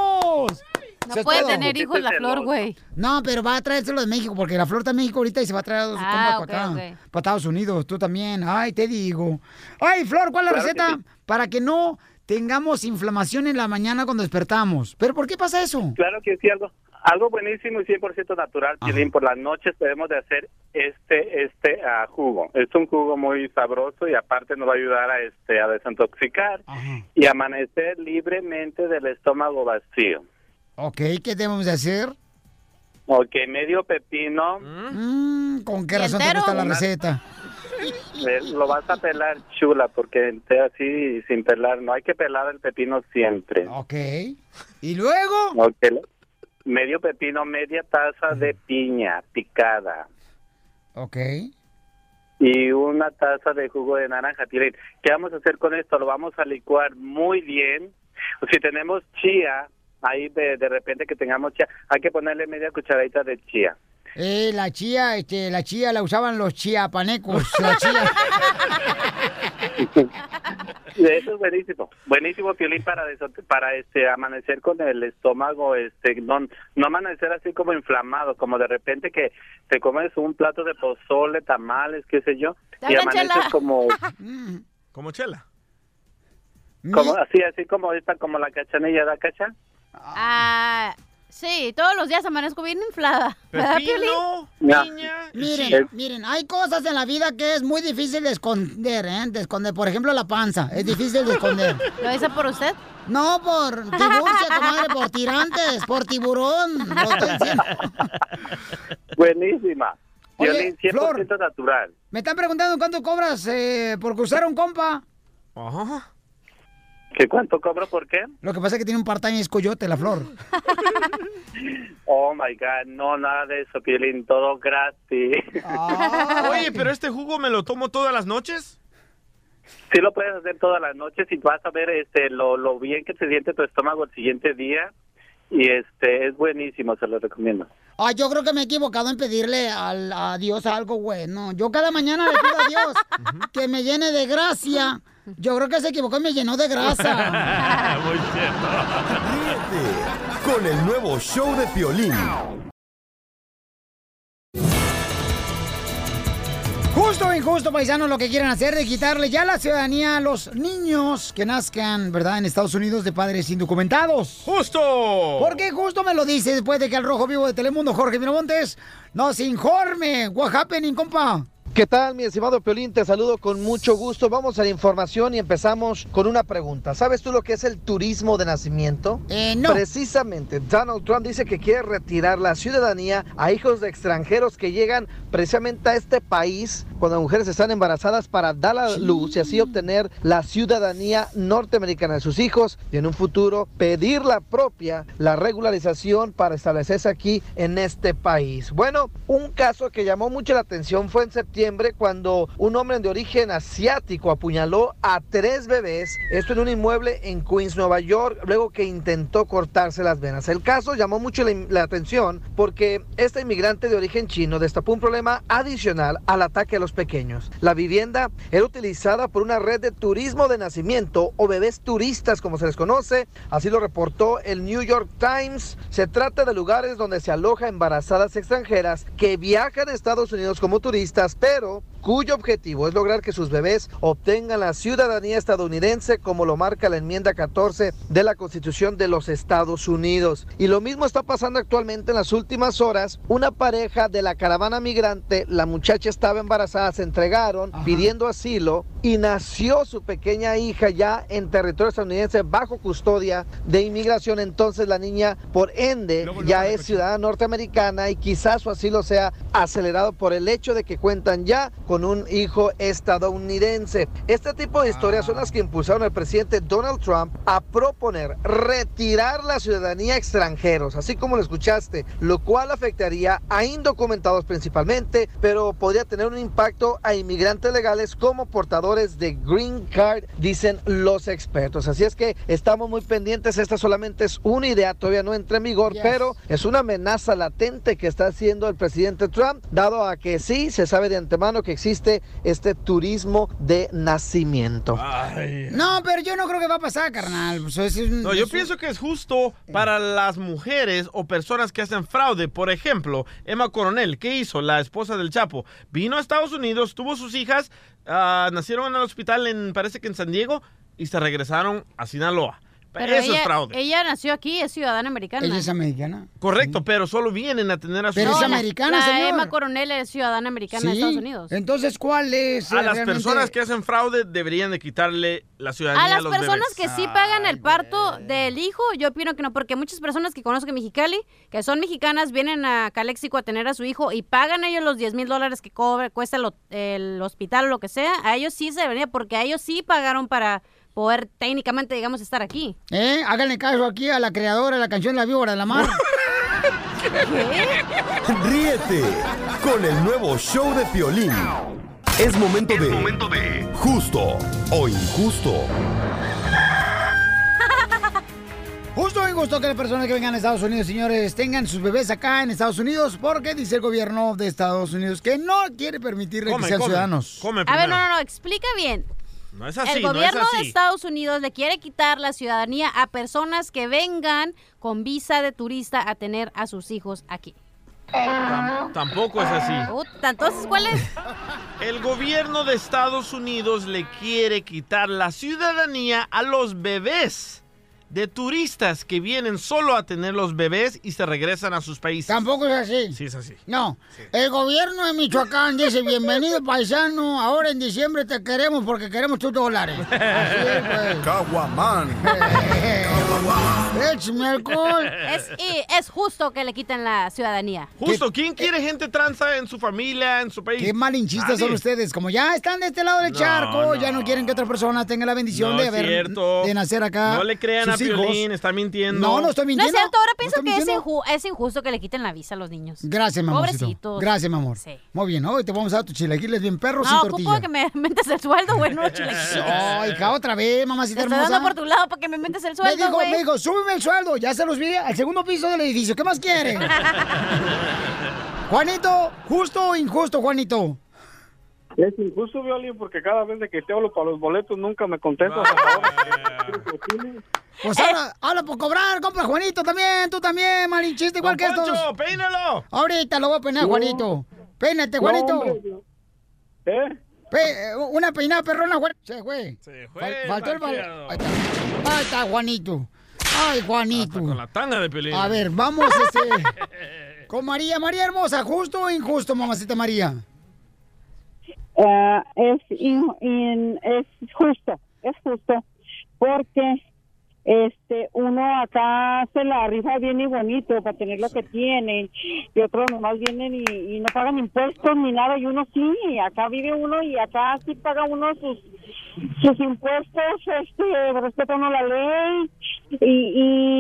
J: No
B: Eso es
J: puede
B: todo.
J: tener hijos la flor, güey.
B: No, pero va a traérselo de México, porque la flor está en México ahorita y se va a traer a los
J: Ah,
B: compas para
J: ok,
B: acá,
J: ok.
B: para Estados Unidos, tú también. Ay, te digo. Ay, Flor, ¿cuál es la
U: Claro que
B: receta para que no tengamos inflamación en la mañana cuando despertamos? ¿Pero por qué pasa eso?
T: Claro que sí, algo, algo buenísimo y 100% natural, Piolín. Por las noches debemos de hacer este este ah, jugo. Es un jugo muy sabroso y aparte nos va a ayudar a este a desintoxicar y amanecer libremente del estómago vacío.
B: Ok, ¿qué debemos de hacer?
T: Ok, medio pepino,
B: Mm, ¿Con qué razón te
T: entero?
B: gusta la receta?
T: eh, lo vas a pelar chula porque esté así sin pelar. No hay que pelar el pepino siempre.
B: Ok. ¿Y luego?
T: Ok, lo- Medio pepino, media taza de piña picada.
B: Ok.
T: y una taza de jugo de naranja. Tiren, ¿qué vamos a hacer con esto? Lo vamos a licuar muy bien. Si tenemos chía, ahí de, de repente que tengamos chía, hay que ponerle media cucharadita de chía.
B: Eh, la chía, este, la chía la usaban los chiapanecos. La chía.
T: Eso es buenísimo, buenísimo Piolín para des- para este amanecer con el estómago, este no, no amanecer así como inflamado, como de repente que te comes un plato de pozole, tamales, qué sé yo, y
C: Dame,
T: amaneces
C: Chela.
T: como
B: Mm.
C: Como chela. Mm.
T: como así así como esta como la cachanilla da cacha.
J: Ah, sí, todos los días amanezco bien inflada. ¿Verdad,
C: Pepino,
J: Piolín?
B: Miren, miren, hay cosas en la vida que es muy difícil de esconder, ¿eh? De esconder, por ejemplo, la panza, es difícil de esconder.
J: ¿Lo dice por usted?
B: No, por tiburcia, comadre, por tirantes, por tiburón. lo estoy diciendo.
T: Buenísima.
B: Oye,
T: Violín 100% natural.
B: Me están preguntando cuánto cobras eh, por cruzar a un compa.
T: ¿Qué cuánto cobro por qué?
B: Lo que pasa es que tiene un part-time y es coyote, la flor.
T: Oh my god, no nada de eso, Piolín, todo gratis.
E: Ah.
C: Oye, pero este jugo me lo tomo todas las noches.
T: Sí lo puedes hacer todas las noches y vas a ver este lo, lo bien que se siente tu estómago el siguiente día y este es buenísimo, se lo recomiendo.
B: Ay, yo creo que me he equivocado en pedirle al- a Dios algo bueno. Yo cada mañana le pido a Dios que me llene de gracia. Yo creo que se equivocó y me llenó de grasa.
F: Muy Ríete con el nuevo show de Piolín.
B: Justo o injusto, paisanos, lo que quieren hacer de quitarle ya la ciudadanía a los niños que nazcan, ¿verdad?, en Estados Unidos de padres indocumentados.
C: ¡Justo!
B: ¿Por qué justo me lo dice después de que el Rojo Vivo de Telemundo, Jorge Miramontes, nos informe? What happening, compa?
D: ¿Qué tal, mi estimado Piolín? Te saludo con mucho gusto. Vamos a la información y empezamos con una pregunta. ¿Sabes tú lo que es el turismo de nacimiento?
B: Eh, no.
D: Precisamente, Donald Trump dice que quiere retirar la ciudadanía a hijos de extranjeros que llegan precisamente a este país cuando las mujeres están embarazadas para dar a luz y así obtener la ciudadanía norteamericana de sus hijos y en un futuro pedir la propia, la regularización para establecerse aquí en este país. Bueno, un caso que llamó mucho la atención fue en septiembre cuando un hombre de origen asiático apuñaló a tres bebés, esto en un inmueble en Queens, Nueva York, luego que intentó cortarse las venas. El caso llamó mucho la, la atención porque este inmigrante de origen chino destapó un problema adicional al ataque a los pequeños. La vivienda era utilizada por una red de turismo de nacimiento o bebés turistas como se les conoce, así lo reportó el New York Times. Se trata de lugares donde se aloja embarazadas extranjeras que viajan a Estados Unidos como turistas, pero cuyo objetivo es lograr que sus bebés obtengan la ciudadanía estadounidense como lo marca la enmienda 14 de la Constitución de los Estados Unidos. Y lo mismo está pasando actualmente en las últimas horas. Una pareja de la caravana migrante, la muchacha estaba embarazada, se entregaron pidiendo asilo y nació su pequeña hija ya en territorio estadounidense bajo custodia de inmigración. Entonces la niña, por ende, ya es ciudadana norteamericana y quizás su asilo sea acelerado por el hecho de que cuentan ya con un hijo estadounidense. Este tipo de historias son las que impulsaron al presidente Donald Trump a proponer retirar la ciudadanía a extranjeros, así como lo escuchaste, lo cual afectaría a indocumentados principalmente, pero podría tener un impacto a inmigrantes legales como portadores ganadores de Green Card, dicen los expertos. Así es que estamos muy pendientes. Esta solamente es una idea, todavía no entra en vigor,
V: Yes.
D: pero es una amenaza latente que está haciendo el presidente Trump, dado a que sí se sabe de antemano que existe este turismo de nacimiento.
B: No, pero yo no creo que va a pasar, carnal. Pues
J: Mm,
C: No, yo pienso que es justo para las mujeres o personas que hacen fraude. Por ejemplo, Emma Coronel, ¿qué hizo? La esposa del Chapo. Vino a Estados Unidos, tuvo sus hijas, ah, nacieron en el hospital, en, parece que en San Diego, y se regresaron a Sinaloa.
J: Pero
C: Eso
J: ella,
C: es fraude.
J: Ella nació aquí, es ciudadana americana.
B: Ella es americana.
C: Correcto, pero solo vienen a tener a sus
J: No,
C: hijas.
J: la- la Emma Coronel es ciudadana americana de
C: Sí.
J: Estados Unidos.
B: Entonces, ¿cuál es?
C: A las
B: eh, realmente?
C: personas que hacen fraude deberían de quitarle la ciudadanía
J: A
C: a,
J: las
C: los
J: personas
C: bebés.
J: que sí
B: Ah.
J: pagan el parto del hijo, yo opino que no, porque muchas personas que conozco en Mexicali, que son mexicanas, vienen a Caléxico a tener a su hijo y pagan ellos los 10 mil dólares que cobra, cuesta el, ho- el hospital o lo que sea. A ellos sí se debería, porque a ellos sí pagaron para poder técnicamente, digamos, estar aquí.
B: Eh, háganle caso aquí a la creadora de la canción La Víbora de la Mar.
F: Ríete con el nuevo show de Piolín. Es momento de... Justo o injusto.
B: Justo o injusto que las personas que vengan a Estados Unidos, señores, tengan sus bebés acá en Estados Unidos, porque dice el gobierno de Estados Unidos que no quiere permitirle que
C: Come,
B: sean
C: come,
B: ciudadanos.
C: come
J: A ver, no, no, no, explica bien.
C: No es así,
J: el
C: no es
J: gobierno de
C: así.
J: Estados Unidos le quiere quitar la ciudadanía a personas que vengan con visa de turista a tener a sus hijos aquí.
C: Tampoco es pues, así.
J: Puta, Entonces, ¿cuál es?
C: El gobierno de Estados Unidos le quiere quitar la ciudadanía a los bebés de turistas que vienen solo a tener los bebés y se regresan a sus países.
B: Tampoco es así.
C: Sí, es así.
B: No, el gobierno de Michoacán dice, bienvenido paisano, ahora en diciembre te queremos porque queremos tus dólares. Así es, güey.
F: Caguamán.
B: Échame alcohol.
J: Es, y es justo que le quiten la ciudadanía.
C: Justo, ¿quién quiere gente tranza en su familia, en su país?
B: Qué malinchistas son
C: Nadie.
B: ustedes. Como ya están de este lado del
C: No,
B: charco,
C: no.
B: ya no quieren que otra persona tenga la bendición
C: No
B: de
C: es
B: haber
C: cierto.
B: de nacer acá.
C: No le crean a
B: sus hijos.
C: Piolín, está mintiendo.
B: No, no estoy mintiendo.
J: No es cierto, ahora
B: No
J: pienso
B: estoy
J: que es,
B: mintiendo.
J: inju- es injusto que le quiten la visa a los niños.
B: Gracias, mi amorcito.
J: Pobrecitos.
B: Gracias, mi amor.
J: Sí.
B: Muy bien, hoy te vamos a dar tus chilaquiles bien perros
J: No,
B: y
J: ocupo
B: tortilla.
J: que me mentes el sueldo, güey, no los chilaquiles.
B: Ay, hija, otra vez, mamacita
J: Te estoy
B: hermosa.
J: dando por tu lado para que me mentes el
B: Me
J: sueldo,
B: dijo,
J: güey.
B: me dijo, súbeme el sueldo. Ya se los vi al segundo piso del edificio. ¿Qué más quieren? Juanito, justo o injusto, Juanito.
U: Es injusto, Violín, porque cada vez de que te hablo para los boletos nunca me contestas.
B: Pues ahora, habla por cobrar, compra Juanito también, tú también, malinchiste igual que
U: Poncho,
B: estos.
C: peínalo!
B: Ahorita lo voy a peinar,
U: No.
B: Juanito. Peínate,
U: No,
B: Este Juanito.
U: hombre, ¿Eh?
B: Pe- eh, una peinada perrona, Juan. Se fue. Se
C: fue,
B: faltó el bal-
C: vaqueado.
B: Ahí está. Ahí está, Juanito. Ay, Juanito.
C: La tanga de Piolín.
B: A ver, vamos este, con María. María hermosa, justo o injusto, mamacita María.
O: Ah, es, in- in- es justo, es justo, porque este uno acá se la rifa bien y bonito para tener lo que tiene y otros nomás vienen y, y no pagan impuestos ni nada y uno sí, acá vive uno y acá sí paga uno sus sus impuestos, este respeta uno la ley y,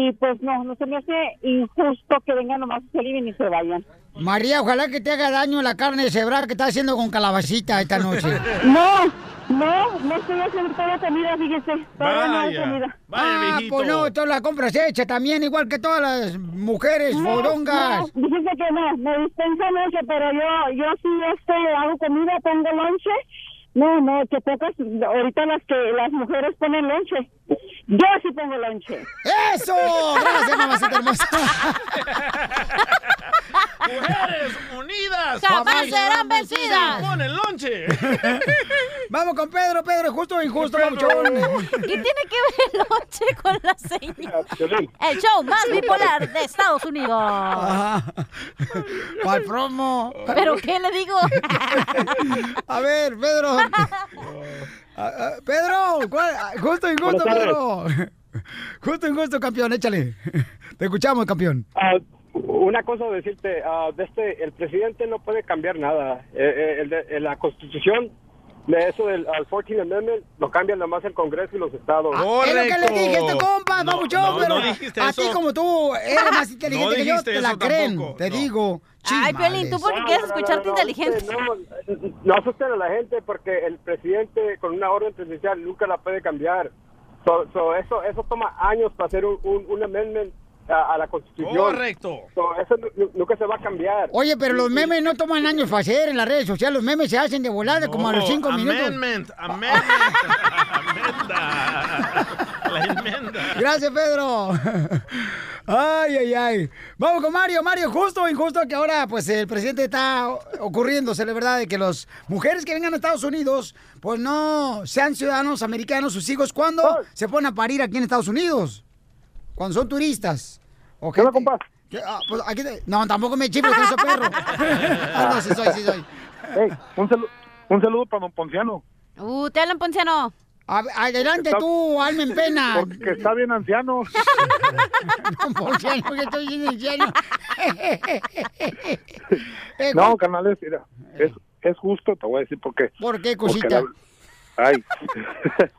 O: y pues no, no se me hace injusto que vengan nomás se viven y se vayan.
B: María, ojalá que te haga daño la carne de cebrar que está haciendo con calabacita esta noche.
O: No, no, no estoy haciendo toda comida, fíjese. Toda no hay
B: Vaya,
O: comida.
B: ah, pues no, todas las compras hechas también, igual que todas las mujeres
O: No,
B: forongas.
O: no, fíjese que no, me dispensan eso, pero yo, yo sí este, hago comida, pongo lonche. No, no, que pocas, ahorita las que las mujeres ponen lonche. Yo sí pongo lonche.
B: ¡Eso! Gracias, mamacita hermosa.
C: ¡Mujeres unidas!
B: Jamás serán vencidas.
C: ¡Pon el lonche!
B: Vamos con Pedro, Pedro, ¿es justo o injusto, babuchón?
J: ¿Qué tiene que ver el lonche con la señal? El show más bipolar de Estados Unidos.
B: ¿Cuál promo?
J: ¿Pero qué le digo?
B: A ver, Pedro. Ah, ah, Pedro, ¿cuál? Ah, justo o injusto,
U: Buenas tardes.
B: Pedro. Justo o injusto, campeón, échale. Te escuchamos, campeón.
U: Ah, una cosa decirte, ah, de este, el presidente no puede cambiar nada. Eh, eh, el de- eh, la constitución
K: de eso del al 14 Amendment lo cambian nada más el Congreso y los estados.
B: Es lo que le dije a este compa,
K: No,
B: papuchón,
K: no,
B: pero
K: no dijiste
B: a
K: eso.
B: ti como tú eres más inteligente
K: No
B: que yo,
K: dijiste
B: te la
K: eso
B: creen,
K: tampoco,
B: te digo.
J: Ay, Piolín, ¿tú por qué quieres escucharte inteligente?
K: No, no asusten a la gente porque el presidente con una orden presidencial nunca la puede cambiar. So- so eso eso toma años para hacer un, un, un amendment a, a la Constitución.
C: Correcto.
K: So eso nu- nunca se va a cambiar.
B: Oye, pero los memes no toman años para hacer en las redes sociales. Los memes se hacen de volada como a los cinco minutos.
C: Oh, Amendment, amendment. Amenda. La enmienda.
B: Gracias, Pedro. Ay, ay, ay. Vamos con Mario. Mario, justo o injusto que ahora pues el presidente está ocurriéndose, la verdad, de que las mujeres que vengan a Estados Unidos pues no sean ciudadanos americanos sus hijos cuando
U: Pues.
B: se ponen a parir aquí en Estados Unidos. Cuando son turistas. ¿O ah, ¿Qué compas? pues, No, tampoco me chifles, que soy perro. Ah, no, sí soy, sí soy.
U: un, saludo, un saludo para don Ponciano.
J: Uh, te hablan, Ponciano.
B: Adelante tú, alma en pena.
U: Porque está bien anciano.
B: Ponciano, que estoy bien anciano. Eh,
U: No, canales, mira, es, es justo, te voy a decir por qué.
B: ¿Por qué,
U: Porque
B: cosita?
U: la- ay.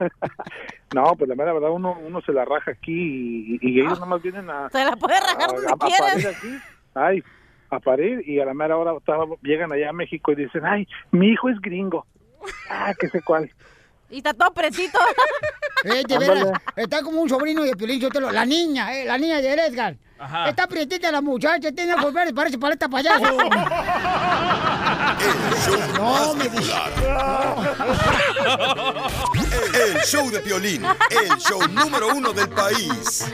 U: no, pues la mera verdad, uno, uno se la raja aquí y, y
B: Ah.
U: ellos nomás vienen a...
J: Te la puedes rajar
U: a-
J: donde
U: a parir
J: quieras.
U: Ah, aquí. Ay, a parir y a la mera hora ta- llegan allá a México y dicen, ay, mi hijo es gringo. Ah, que sé cuál.
J: Y está todo presito.
B: Eh, de
U: Ándale.
B: veras, está como un sobrino de Piolín Sotelo, la niña, eh, la niña de Edgar.
U: Ajá.
B: Está prietita la muchacha, tiene ojos verdes, parece paleta payaso.
G: No, me El show de Piolín, el show número uno del país.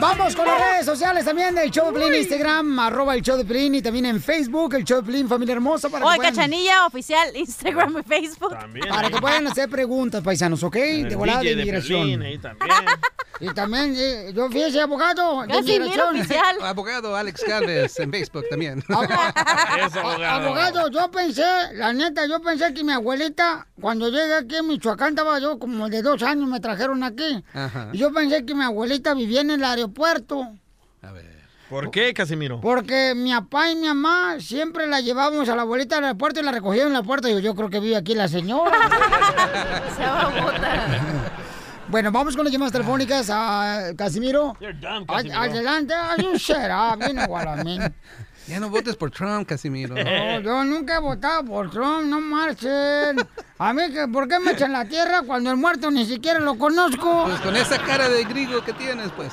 B: Vamos con las redes sociales también del show de Piolín, Instagram, arroba el show de Piolín y también en Facebook, el show de Piolín, familia hermosa. Para
J: Oye,
B: que puedan-
J: Cachanilla, oficial, Instagram y Facebook.
B: Para que puedan hacer preguntas, paisanos, ¿ok? De volada de
C: DJ de Piolín,
B: migración.
C: ahí
B: Y también, eh, yo fíjese, abogado, de migración.
V: Abogado Alex Galvez en Facebook también.
B: Abogado, yo pensé, la neta, yo pensé que mi abuelita, cuando llegué aquí en Michoacán, estaba yo como de dos años, me trajeron aquí.
V: Ajá.
B: Y yo pensé que mi abuelita vivía en el aeropuerto,
C: ¿Por qué, Casimiro?
B: porque mi papá y mi mamá siempre la llevábamos a la abuelita al aeropuerto y la recogían en el aeropuerto. Digo, yo creo que vive aquí la señora.
J: Se va a botar.
B: bueno, vamos con las llamadas telefónicas a Casimiro.
V: dumb,
B: Ad-
V: Casimiro.
B: Adelante, ay, un será, viene Gualamín.
V: Ya no votes por Trump, Casimiro.
B: No, yo nunca he votado por Trump, no marchen. A mí, que- ¿por qué me echan la tierra cuando el muerto ni siquiera lo conozco?
V: Pues con esa cara de gringo que tienes, pues.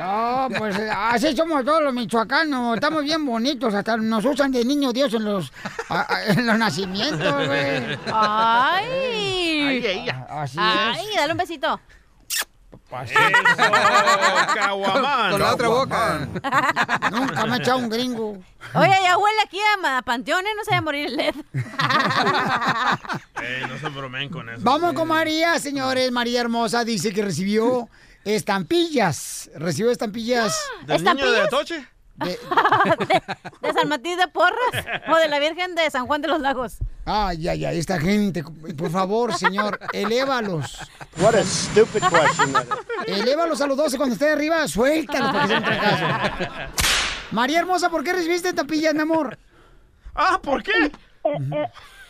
B: No, pues así somos todos los michoacanos, estamos bien bonitos, hasta nos usan de niño Dios en los, a- a- en los nacimientos, güey.
J: Ay.
B: Ay, ella.
V: Ah,
B: Así es.
J: Ay, dale un besito.
V: Con, con la otra boca.
B: Nunca me ha echado un gringo.
J: Oye, ya huele aquí a ma- Panteón, ¿eh? No se va a morir el LED.
C: Ey, Eh, no se bromeen con eso.
B: Vamos con María, señores. María Hermosa dice que recibió estampillas, recibió estampillas.
C: ¿Del niño de Atoche?
J: ¿De San Martín de Porras o de la Virgen de San Juan de los Lagos?
B: Ay, ay, ay, esta gente, por favor, señor, elévalos.
W: What a stupid question. that is.
B: Elévalos a los 12 cuando esté arriba, suéltalos para que sean fracasos. María Hermosa, ¿por qué recibiste tapillas, mi amor?
C: Ah, ¿por qué?
Q: Eh,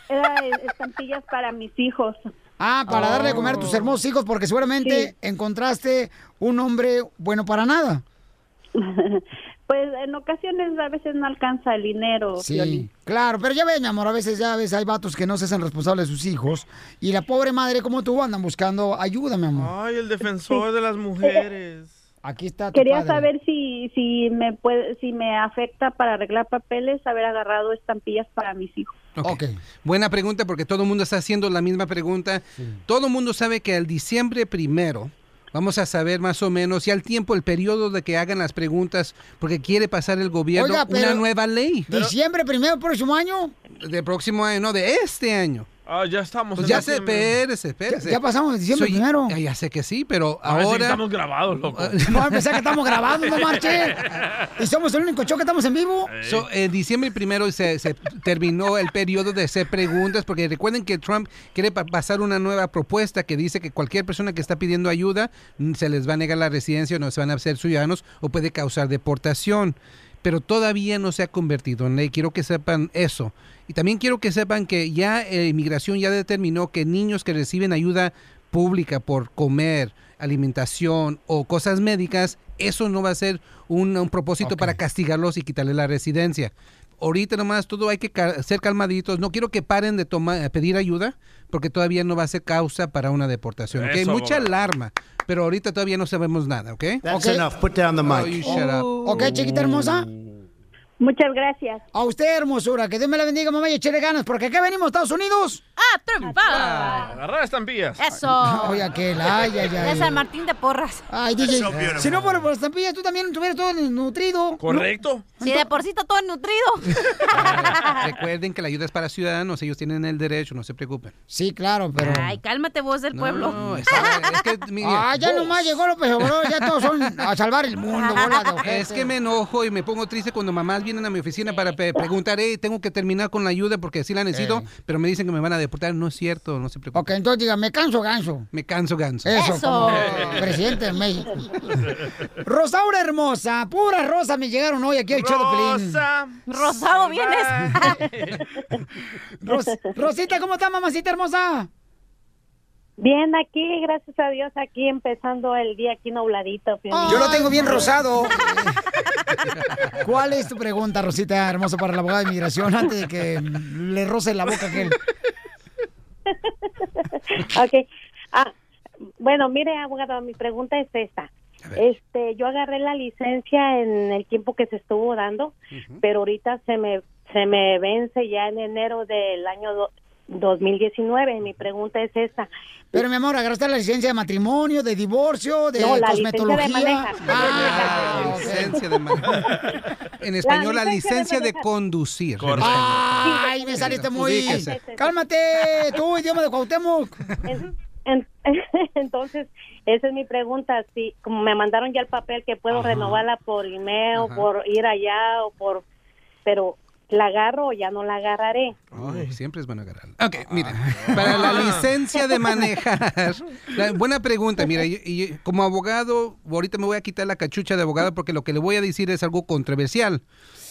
Q: Era estampillas para mis hijos.
B: Ah, para darle de comer a
C: Oh.
B: tus hermosos hijos, porque seguramente encontraste un hombre bueno para nada.
Q: Pues en ocasiones a veces no alcanza el dinero. Piolín.
B: Sí, claro, pero ya ves, mi amor, a veces ya ves, hay vatos que no se hacen responsables de sus hijos y la pobre madre como tú andan buscando ayuda, mi amor.
C: Ay, el defensor de las mujeres.
B: Aquí está tu
Q: Quería
B: padre.
Q: saber si si me puede, si me afecta para arreglar papeles haber agarrado estampillas para mis hijos.
V: Buena pregunta porque todo el mundo está haciendo la misma pregunta. Todo el mundo sabe que al diciembre primero vamos a saber más o menos y al tiempo el periodo de que hagan las preguntas porque quiere pasar el gobierno
B: Oiga, pero-
V: una nueva ley.
B: ¿Diciembre primero próximo año?
V: Del próximo año, no, de este año.
C: Ah, ya estamos.
V: Pues
C: en
V: ya sé,
C: diciembre.
V: espérese, espérese.
B: Ya- ya pasamos de diciembre
V: Soy-
B: primero.
V: Ya, ya sé que sí, pero
C: A ver si
V: ahora...
C: estamos grabados, loco.
B: No, empezar que estamos grabando, no marche. Y somos el único show que estamos en vivo.
V: So, en diciembre primero se, se terminó el periodo de hacer preguntas, porque recuerden que Trump quiere pa- pasar una nueva propuesta que dice que cualquier persona que está pidiendo ayuda mm, se les va a negar la residencia, no se van a hacer ciudadanos o puede causar deportación. Pero todavía no se ha convertido en ley. Quiero que sepan eso. Y también quiero que sepan que ya eh, inmigración ya determinó que niños que reciben ayuda pública por comer, alimentación o cosas médicas, eso no va a ser un, un propósito para castigarlos y quitarle la residencia. Ahorita nomás todo hay que ca- ser calmaditos. No quiero que paren de tomar, pedir ayuda porque todavía no va a ser causa para una deportación. ¿ok?
B: Eso,
V: Mucha
B: abogado.
V: alarma, pero ahorita todavía no sabemos nada, ¿ok?
W: That's enough. Put down the
V: Oh,
W: mic.
V: you shut up.
B: Ok, chiquita hermosa.
Q: Muchas gracias.
B: A usted, hermosura. Que Dios me la bendiga, mamá, y echéle ganas, porque acá venimos, Estados Unidos.
J: ¡Ah, trompa!
C: Agarrar estampillas.
J: Eso.
B: Oye, aquel, ay, ay, ay.
J: De San Martín de Porras.
B: Ay, DJ. si no por, por estampillas, tú también estuvieras todo nutrido.
C: Correcto.
J: Si de por sí está todo nutrido.
V: Recuerden que la ayuda es para ciudadanos, ellos tienen el derecho, no se preocupen.
B: Sí, claro, pero...
J: Ay, cálmate vos del pueblo.
V: no, es-
B: Ah, ya nomás llegó López Obrador, ya todos son a salvar el mundo, bola de ojete.
V: Es que me enojo y me pongo triste cuando mamás vienen a mi oficina para pe- preguntar, hey, tengo que terminar con la ayuda porque sí la necesito,
B: Ey.
V: pero me dicen que me van a deportar. No es cierto, no se preocupen.
B: Ok, entonces diga, me canso ganso. Eh.
V: Me canso ganso.
B: Eso, como presidente de México. Rosaura hermosa, puras rosas me llegaron hoy aquí al show de Pelín.
C: Rosa.
J: Rosado vienes.
B: Rosita, ¿cómo está, mamacita hermosa?
Q: Bien, aquí, gracias a Dios, aquí empezando el día aquí nubladito.
B: Yo lo tengo bien rosado. ¿Cuál es tu pregunta, Rosita hermosa, para la abogada de inmigración antes de que le roce la boca a aquel?
Q: Ok. Ah, bueno, mire, abogado, mi pregunta es esta. Este, yo agarré la licencia en el tiempo que se estuvo dando, pero ahorita se me se me vence ya en enero del año do- 2019. Mi pregunta es esta.
B: Pero, mi amor, agarraste la licencia de matrimonio, de divorcio, de
Q: No, la licencia de
B: cosmetología.
Q: manejar.
B: Ah, ok.
V: Licencia de manejar. En español, la licencia de conducir.
B: Ay, me saliste Ah, este muy.
V: Ubíquese.
B: Cálmate, tú, idioma de Cuauhtémoc.
Q: En- Entonces, esa es mi pregunta. Si como me mandaron ya el papel que puedo renovarla por email,
V: Ajá.
Q: por ir allá o por, pero la agarro o ya no la agarraré.
V: Ay, siempre es bueno agarrarla. Ok,
B: Ah,
V: miren, para la licencia de manejar. la- buena pregunta, mira, y- y como abogado, ahorita me voy a quitar la cachucha de abogado porque lo que le voy a decir es algo controversial.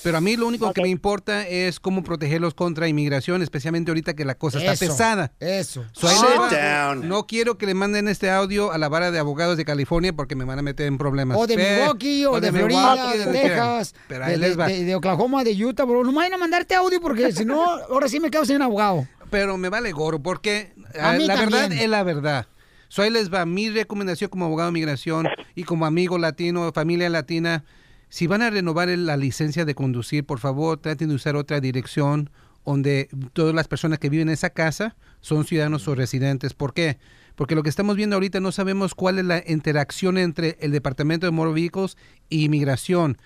V: Pero a mí lo único que me importa es cómo protegerlos contra inmigración, especialmente ahorita que la cosa está
B: Eso,
V: pesada.
B: Eso. Ah.
V: So, ahí
B: Sit
V: le va.
B: down.
V: No quiero que le manden este audio a la vara de abogados de California porque me van a meter en problemas.
B: O de
V: Pe-
B: Milwaukee, o,
V: o
B: de, Florida,
V: Milwaukee,
B: de
V: donde quieran.
B: Texas,
V: Pero
B: de,
V: ahí les va.
B: de- de Oklahoma, de Utah, bro. No me vayan a mandarte audio porque si no, ahora sí me quedo sin abogado.
V: pero me vale gorro porque
B: A
V: ah,
B: mí
V: la verdad
B: también.
V: es la verdad. So ahí les va mi recomendación como abogado de migración y como amigo latino, familia latina. Si van a renovar el- la licencia de conducir, por favor, traten de usar otra dirección donde todas las personas que viven en esa casa son ciudadanos o residentes. ¿Por qué? Porque lo que estamos viendo ahorita no sabemos cuál es la interacción entre el Departamento de Motor Vehicles y Inmigración.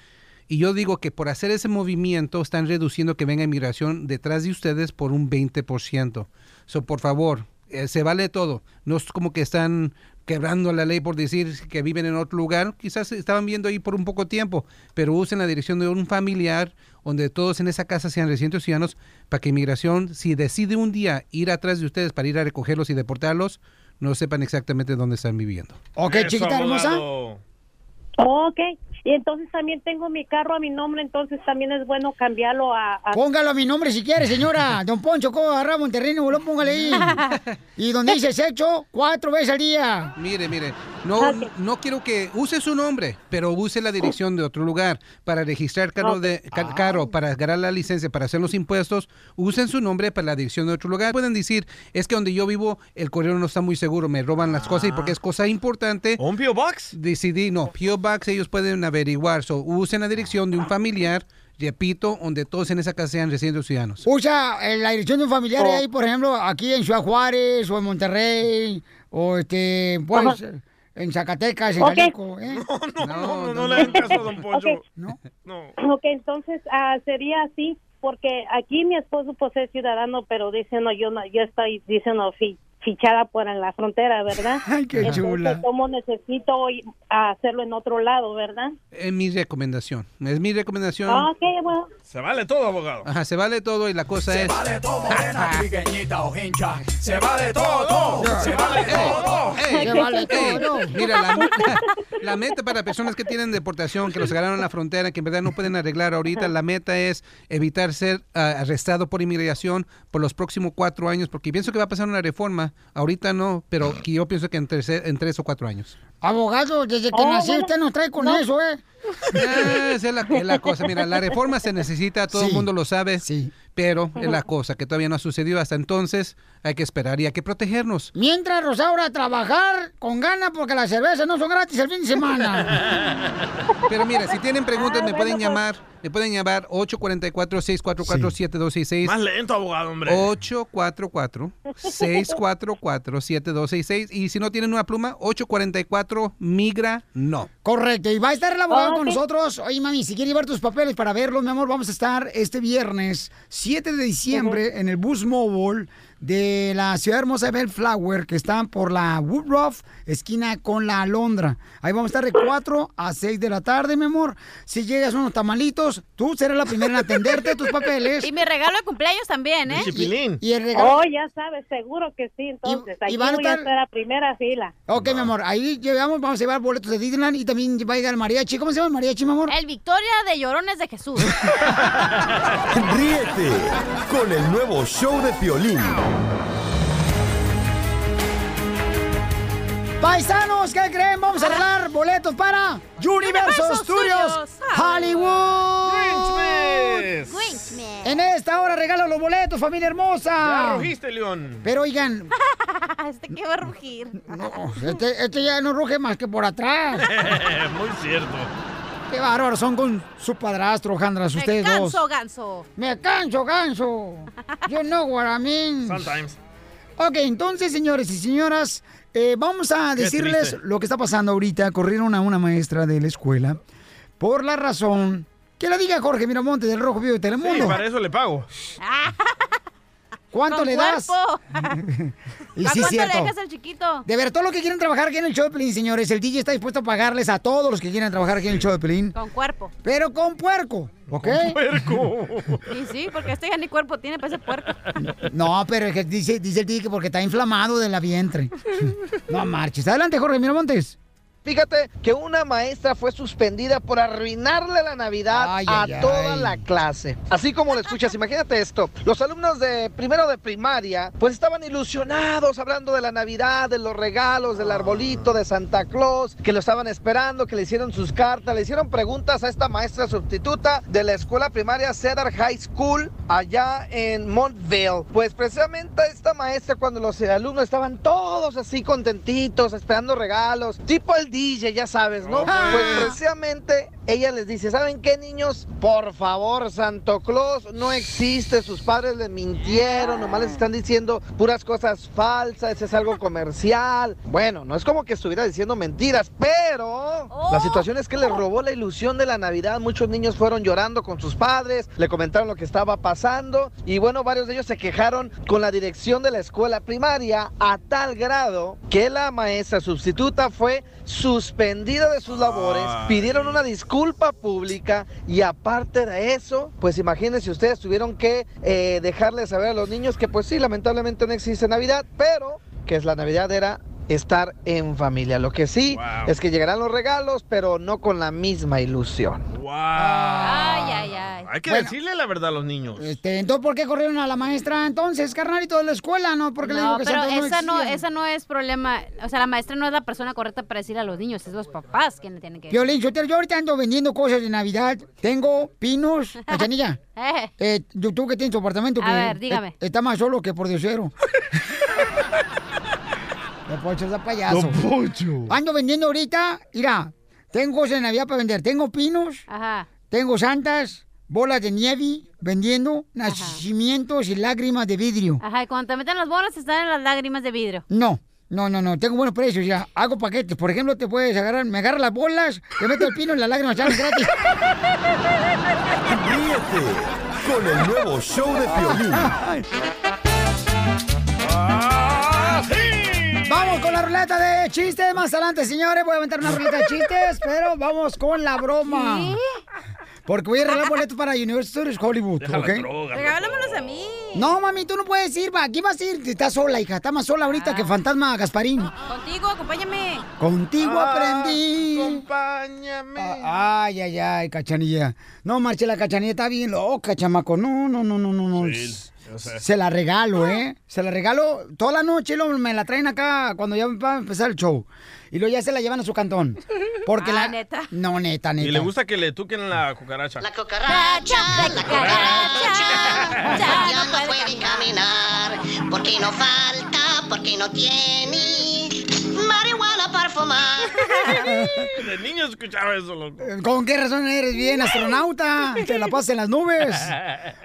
V: Y yo digo que por hacer ese movimiento están reduciendo que venga inmigración detrás de ustedes por un 20%. So, por favor, eh, se vale todo. No es como que están quebrando la ley por decir que viven en otro lugar. Quizás estaban viendo ahí por un poco tiempo, pero usen la dirección de un familiar donde todos en esa casa sean residentes ciudadanos para que inmigración, si decide un día ir atrás de ustedes para ir a recogerlos y deportarlos, no sepan exactamente dónde están viviendo.
B: Ok,
V: Eso,
B: chiquita hermosa.
Q: Ok, y entonces también tengo mi carro a mi nombre, entonces también es bueno cambiarlo a... a-
B: Póngalo a mi nombre si quiere, señora. Don Poncho, ¿cómo agarramos un terreno? bolón, Póngale ahí. Y donde dice sexo, cuatro veces al día.
V: Mire, mire, no, no quiero que use su nombre, pero use la dirección de otro lugar para registrar carro, de, ca-
C: Ah.
V: carro, para agarrar la licencia, para hacer los impuestos. Usen su nombre para la dirección de otro lugar. Pueden decir, es que donde yo vivo el correo no está muy seguro, me roban las cosas y porque es cosa importante.
C: Ah. ¿Un P.O. Box?
V: Decidí, no, P.O. Box ellos pueden averiguar. So, usen la dirección de un familiar, repito, donde todos en esa casa sean residentes ciudadanos.
B: Usa eh, la dirección de un familiar
V: Oh.
B: ahí, por ejemplo, aquí en Ciudad Juárez o en Monterrey o este, pues,
C: Ajá.
B: en Zacatecas, en
Q: Ok.
B: Jalisco. ¿eh?
C: No, no, no le hagan caso a Don Poncho.
Q: Ok, entonces ah, sería así.
A: porque aquí mi esposo pues es ciudadano, pero dice, no, yo no, yo estoy, diciendo fichada por en la frontera, ¿verdad?
V: Ay, qué
A: Entonces,
V: chula.
A: ¿Cómo necesito hoy hacerlo en otro lado, verdad?
V: Es mi recomendación. Es mi recomendación.
A: Ah, ok, bueno.
V: Se vale todo, abogado. Ajá, se vale todo y la cosa es.
E: Pequeñita o hincha, se vale todo, se vale todo.
V: Ey,
E: Se vale
V: ey,
E: todo.
V: Mira, la, la- la meta para personas que tienen deportación, que los agarraron en la frontera, que en verdad no pueden arreglar ahorita, la meta es evitar ser ah, arrestado por inmigración por los próximos cuatro años, porque pienso que va a pasar una reforma, ahorita no, pero que yo pienso que en, tercer- en tres o cuatro años.
B: Abogado, desde que
A: Oh,
B: nací
A: bueno.
B: usted nos trae con
A: No.
B: eso, ¿eh?
V: Ah, Esa es la, es la cosa, mira, la reforma se necesita, todo el
B: Sí,
V: mundo lo sabe, pero es la cosa que todavía no ha sucedido hasta entonces, hay que esperar y hay que protegernos.
B: Mientras Rosaura a trabajar con ganas porque las cervezas no son gratis el fin de semana.
V: Pero mira, si tienen preguntas, me pueden llamar. Me pueden llamar 844-644-7266.
C: Más lento, abogado, hombre.
V: Oh. 844-644-7266. Y si no tienen una pluma, 844-migra no.
B: Correcto, y va a estar el abogado
V: Ah,
B: con
V: ok.
B: nosotros. Oye, mami, si quieres llevar tus papeles para verlos, mi amor, vamos a estar este viernes 7 de diciembre en el Bus Mobile de la ciudad hermosa de Bellflower, que está por la Woodruff, esquina con la Alondra. Ahí vamos a estar de 4 a 6 de la tarde, mi amor. Si llegas unos tamalitos, tú serás la primera en atenderte tus papeles.
J: Y mi regalo de cumpleaños también, ¿eh?
B: Y, y el regalo...
A: Oh, ya sabes, seguro que sí, entonces.
B: y
A: aquí
B: van a
A: voy a
B: estar-
A: estar a primera fila.
B: Ok, mi amor, ahí llegamos, vamos a llevar boletos de Disneyland y también va a llegar el mariachi. ¿Cómo se llama el mariachi, mi amor?
J: El Victoria de Llorones de Jesús.
F: Ríete con el nuevo show de Piolín.
B: Paisanos, ¿qué creen? Vamos a regalar boletos para Universo
E: Universo
B: Studios
E: Studios.
B: Hollywood. En esta hora regalo los boletos,
C: Ya
B: familia hermosa.
C: rugiste, León.
B: Pero oigan,
J: este que va a rugir.
B: este, este ya no ruge más que por atrás.
C: Muy cierto.
B: Qué bárbaros son con su padrastro, Jandras, ustedes
J: Me
B: dos.
J: canso, ganso.
B: Me canso, ganso. Yo no, guaramín.
C: Sometimes.
B: Ok, entonces, señores y señoras, eh, vamos a
E: Qué
B: decirles
E: triste.
B: lo que está pasando ahorita. Corrieron a una maestra de la escuela por la razón que la diga Jorge Miramonte del Rojo Vivo de
C: Sí,
B: Telemundo.
C: para eso le pago.
B: ¿Cuánto
J: Con
B: le das?
J: cuerpo.
B: Y
J: ¿A
B: sí,
J: cuánto
B: cierto.
J: le dejas al chiquito?
B: De ver, todo lo que quieren trabajar aquí en el show de Pelín, señores, el DJ está dispuesto a pagarles a todos los que quieran trabajar aquí en el show de Pelín.
J: Con cuerpo.
B: Pero con puerco, ¿ok?
C: puerco.
J: Y sí, porque este ya ni cuerpo tiene para ese puerco.
B: No, pero es que dice, dice el DJ que porque está inflamado de la vientre. No marches. Adelante, Jorge Miramontes.
D: Fíjate que una maestra fue suspendida por arruinarle la Navidad a
B: ay,
D: toda
B: ay.
D: la clase. Así como lo escuchas, imagínate esto. Los alumnos de primero de primaria, pues estaban ilusionados hablando de la Navidad, de los regalos, del arbolito, de Santa Claus, que lo estaban esperando, que le hicieron sus cartas, le hicieron preguntas a esta maestra sustituta de la escuela primaria Cedar High School allá en Montville. Pues precisamente esta maestra cuando los alumnos estaban todos así contentitos, esperando regalos, tipo el DJ, ya sabes, ¿no?
E: Ah.
D: Pues precisamente ella les dice, ¿saben qué niños? Por favor, Santo Claus no existe, sus padres les mintieron, nomás les están diciendo puras cosas falsas, es algo comercial. Bueno, no es como que estuviera diciendo mentiras, pero la situación es que les robó la ilusión de la Navidad, muchos niños fueron llorando con sus padres, le comentaron lo que estaba pasando y bueno, varios de ellos se quejaron con la dirección de la escuela primaria a tal grado que la maestra sustituta fue suspendida de sus labores,
E: Ay.
D: pidieron una disculpa pública y aparte de eso, pues imagínense ustedes tuvieron que eh, dejarle saber a los niños que pues sí, lamentablemente no existe Navidad, pero que es la Navidad era estar en familia. Lo que sí es que llegarán los regalos, pero no con la misma ilusión.
C: Wow.
B: Ay,
J: ay, ay.
C: Hay que
B: Bueno.
C: decirle la verdad a los niños.
B: Este, entonces, ¿por qué corrieron a la maestra entonces, carnalito de la escuela? No, porque le digo
J: No,
B: que
J: pero
B: Santa
J: esa no,
B: existía.
J: esa no es problema. O sea, la maestra no es la persona correcta para decir a los niños, es los papás quienes tienen que
B: Violín, yo, te- yo ahorita ando vendiendo cosas de Navidad. Tengo pinos, cachanilla.
J: Eh.
B: Eh, tú tú que tienes tu apartamento.
J: A
B: que
J: ver, dígame.
B: eh, está más solo que por diosero. Don Poncho está payaso.
E: Don Poncho.
B: Ando vendiendo ahorita, mira, tengo cosas de Navidad para vender. Tengo pinos, tengo santas, bolas de nieve vendiendo, nacimientos y lágrimas de vidrio.
J: Ajá, y cuando te meten las bolas están en las lágrimas de vidrio.
B: No, no, no, no. Tengo buenos precios. Ya hago paquetes. Por ejemplo, te puedes agarrar, me agarra las bolas, te meto el pino y las lágrimas salen gratis.
F: Ríete Con el nuevo show de Piolín.
B: Vamos con la ruleta de chistes más adelante, señores. Voy a aventar una ruleta de chistes, pero vamos con la broma. Porque voy a regalar boletos para Universal Studios Hollywood, ¿ok?
H: Regálamelos a mí.
B: No, mami, tú no puedes ir, va. Aquí vas a ir? Estás sola, hija. Está más sola ahorita que fantasma Gasparín.
H: Contigo, acompáñame.
B: Contigo
H: Ah,
B: aprendí.
C: Acompáñame.
B: Ah, Ay, ay, ay, cachanilla. No, marche, la cachanilla está bien loca, chamaco. No, no, no, no, no, no.
C: yo sé.
B: Se la regalo, ¿eh? Se la regalo toda la noche, luego me la traen acá cuando ya va a empezar el show. Y luego ya se la llevan a su cantón. Porque
H: Ah,
B: la.
H: ¿neta?
B: No, neta, neta.
C: Y le gusta que le tuquen la cucaracha. La
O: Ah,
I: Ya no puede caminar, porque no falta, porque no tiene marihuana para fumar.
C: De niño escuchaba eso, loco.
B: Eh, ¿Con qué razón eres bien astronauta? Te la pasas en las nubes.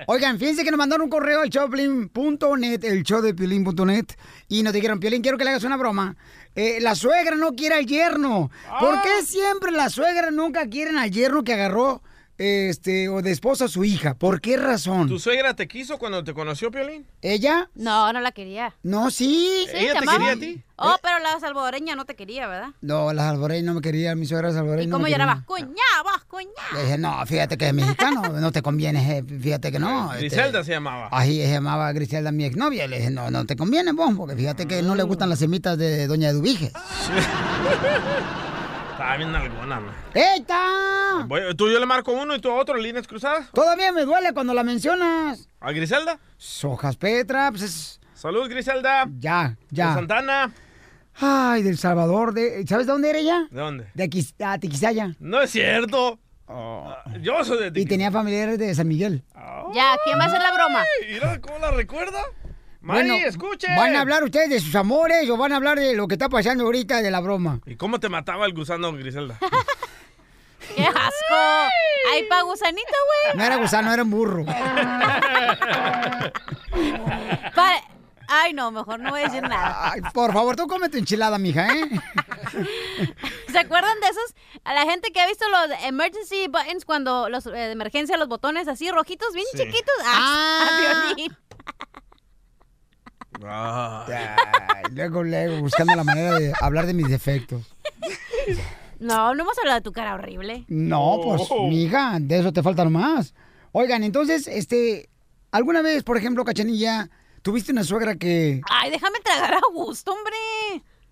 B: Oigan, fíjense que nos mandaron un correo al showplin.net, el show de piolín.net, y nos dijeron, Piolín, quiero que le hagas una broma. Eh, la suegra no quiere al yerno. ¿Por qué siempre la suegra nunca quieren al yerno que agarró este o de esposa a su hija? ¿Por qué razón?
C: ¿Tu suegra te quiso cuando te conoció, Piolín?
B: ¿Ella?
J: No, no la quería.
B: No, sí.
J: Sí, amaba.
B: ¿Eh?
J: Oh, pero la salvadoreña no te quería, ¿verdad?
B: No, la salvadoreña no me quería, mi suegra salvadoreña.
J: ¿Y
B: no me
J: cómo
B: quería. Ah.
J: llorabas? Cuñá, vos, cuñá.
B: Le dije, no, fíjate que es mexicano, no te conviene, eh, fíjate que no. este,
C: Griselda se llamaba.
B: Ahí se llamaba Griselda, mi exnovia. Le dije, no, no te conviene, vos, porque fíjate que
C: Ah.
B: no le gustan las semitas de Doña Eduvige.
C: Estaba bien alguna, man.
B: ¡Eita!
C: Voy- Tú yo le marco uno y tú a otro, líneas cruzadas.
B: Todavía me duele cuando la mencionas.
C: ¿A Griselda?
B: Sojas Petra, pues es...
C: Salud, Griselda.
B: Ya,
C: ¿De
B: ya.
C: Santana?
B: Ay, del Salvador, de... ¿sabes de dónde era ella?
C: ¿De dónde?
B: De Quis- ah, Tiquisaya.
C: No es cierto. Yo soy de Ah, ti.
B: Y tenía familiares de San Miguel.
J: Ya, ¿quién va a hacer la broma?
C: Mira cómo la recuerda. Mari,
B: Bueno,
C: escuche.
B: ¿Van a hablar ustedes de sus amores o van a hablar de lo que está pasando ahorita de la broma?
C: ¿Y cómo te mataba el gusano, Griselda?
J: ¡Qué asco! Ahí pa' gusanito,
B: No era
J: güey.
B: gusano, era un burro.
J: Pa- Ay, no, mejor no voy a decir nada.
B: Ay, por favor, tú come tu enchilada, mija, ¿eh?
J: ¿Se acuerdan de esos? A la gente que ha visto los emergency buttons cuando los eh, de emergencia, los botones así rojitos, bien
C: Sí.
J: chiquitos. Ah,
B: Ah.
J: a violín.
B: Ay, luego, luego, buscando la manera de hablar de mis defectos.
J: No, no hemos hablado de tu cara horrible.
B: No, pues,
C: Oh.
B: mija, de eso te falta nomás. Oigan, entonces, este, ¿alguna vez, por ejemplo, Cachanilla, tuviste una suegra que,
J: Ay, déjame tragar a gusto, hombre.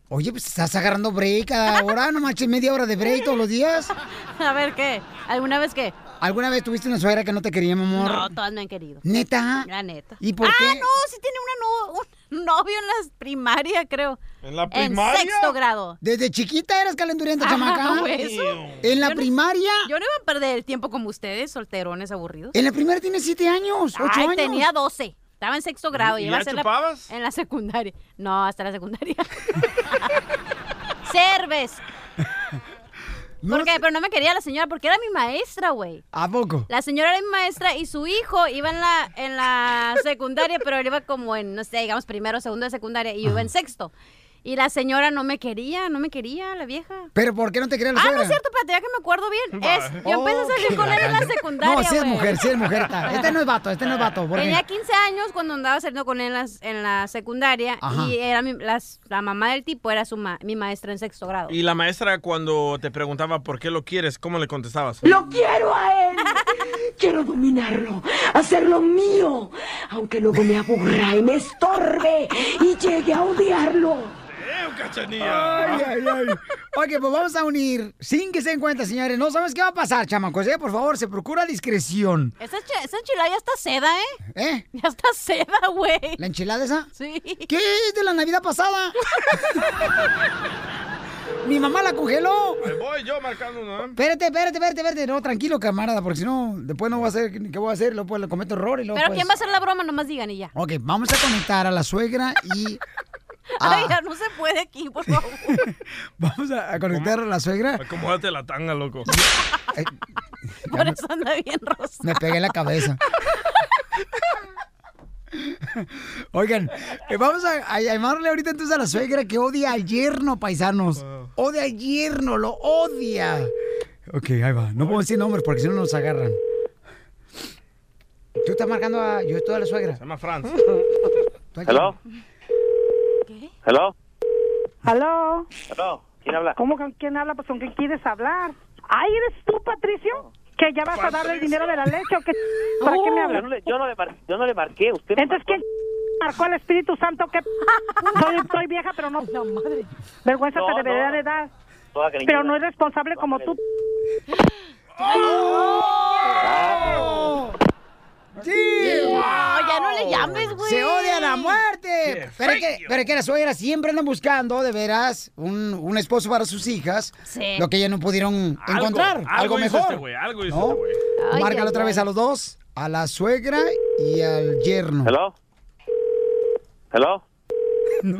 B: oye, pues estás agarrando break ahora, no manches, media hora de break todos los días?
J: A ver, ¿qué? ¿Alguna vez qué?
B: ¿Alguna vez tuviste una suegra que no te quería, mi amor?
J: No, todas me han querido.
B: ¿Neta?
J: La neta.
B: ¿Y por
J: ah,
B: qué?
J: no, sí tiene una no- un novio en la primaria, creo.
C: ¿En la
J: En sexto grado.
B: ¿Desde chiquita eras calenturienta,
J: Ah,
B: chamaca?
J: güey, eso.
B: ¿En la
J: Yo no-
B: primaria?
J: Yo no iba a perder el tiempo como ustedes, solterones aburridos.
B: En la primaria tienes siete años, ocho
J: Ay,
B: años.
J: tenía 12. Estaba en sexto grado.
B: ¿Y
J: iba a
B: ya
J: ser la-
B: chupabas?
J: en la secundaria. No, hasta la secundaria. Cerves.
B: No
J: Porque, pero no me quería la señora porque era mi maestra, güey.
B: ¿A poco?
J: La señora era mi maestra y su hijo iba en la, en la secundaria, pero él iba como en, no sé, digamos, primero, segundo de secundaria y yo iba en sexto. Y la señora no me quería, no me quería, la vieja.
B: ¿Pero por qué no te quería la
J: ah,
B: suegra? Ah. Oh,
J: no es cierto, espérate, ya que me acuerdo bien. Es, yo empecé a salir con él en la secundaria,
B: No, sí es
J: güey.
B: mujer, sí es mujer. está. Este no es vato, este no es vato. porque-
J: Tenía 15 años cuando andaba saliendo con él en las- en la, secundaria
C: Ajá.
J: y era mi- las- la mamá del tipo era su ma- mi maestra en sexto grado.
C: Y la maestra cuando te preguntaba por qué lo quieres, ¿cómo le contestabas?
O: Lo quiero a él. Quiero dominarlo, hacerlo mío, aunque luego me aburra y me estorbe y llegue a odiarlo.
C: Eh,
B: Ay, ay, ay. Ok, pues vamos a unir sin que se den cuenta, señores. No sabemos qué va a pasar, chamacos. ¿eh? Por favor, se procura discreción.
J: Esa, enchi- esa enchilada ya está seda, ¿eh?
B: ¿Eh?
J: Ya está seda, güey.
B: ¿La enchilada esa?
J: Sí.
B: ¿Qué? ¿De la Navidad pasada? Mi mamá la congeló.
C: Ahí voy yo marcando una.
B: Espérate, espérate, espérate, espérate. No, tranquilo, camarada, porque si no, después no voy a hacer, ¿qué voy a hacer? Luego pues, cometo error y luego
J: Pero
B: pues-
J: ¿quién va a hacer la broma? Nomás digan y ya.
B: Ok, vamos a conectar a la suegra y Ah.
J: Oiga, no se puede aquí, por favor.
B: vamos a, a conectar a la suegra.
C: Acomódate la tanga, loco.
J: Por eso anda bien rosa.
B: Me pegué en la cabeza. Oigan, eh, vamos a, a llamarle ahorita entonces a la suegra que odia al yerno, paisanos. Odia al yerno, lo odia. Ok, ahí va. No puedo decir nombres porque si no nos agarran. Tú estás marcando a. Yo estoy a la suegra.
X: Se llama Franz.
T: ¿Hello? ¿Hello?
P: ¿Aló?
T: ¿Hello? ¿Quién habla?
P: ¿Cómo con quién habla? Pues con quién quieres hablar. Ay, ¿eres tú, Patricio? Que ya vas a darle el dinero de la leche o qué? ¿Para qué me
T: Yo no
P: hablas?
T: le, yo no le, mar- yo no le marqué, usted
P: Entonces, ¿quién marcó al Espíritu Santo? que soy, soy vieja, pero no. Vergüenza
T: No,
P: te debería
T: no.
P: de dar.
T: Toda cariñosa.
P: Pero no es responsable como tú.
J: No, ya no le llames, güey.
B: Se odian a muerte.
J: Qué
B: Pero es,
J: feo.
B: que, pero es que las suegras siempre andan buscando, de veras, un, un esposo para sus hijas.
J: Sí.
B: Lo que ellas no pudieron encontrar. Algo,
X: hizo
B: mejor.
X: este güey, algo hizo
B: ¿No?
X: este güey.
J: Ay,
B: Márcalo
J: ay,
B: otra
J: ay.
B: vez a los dos, a la suegra y al yerno.
T: ¿Hello? ¿Hello?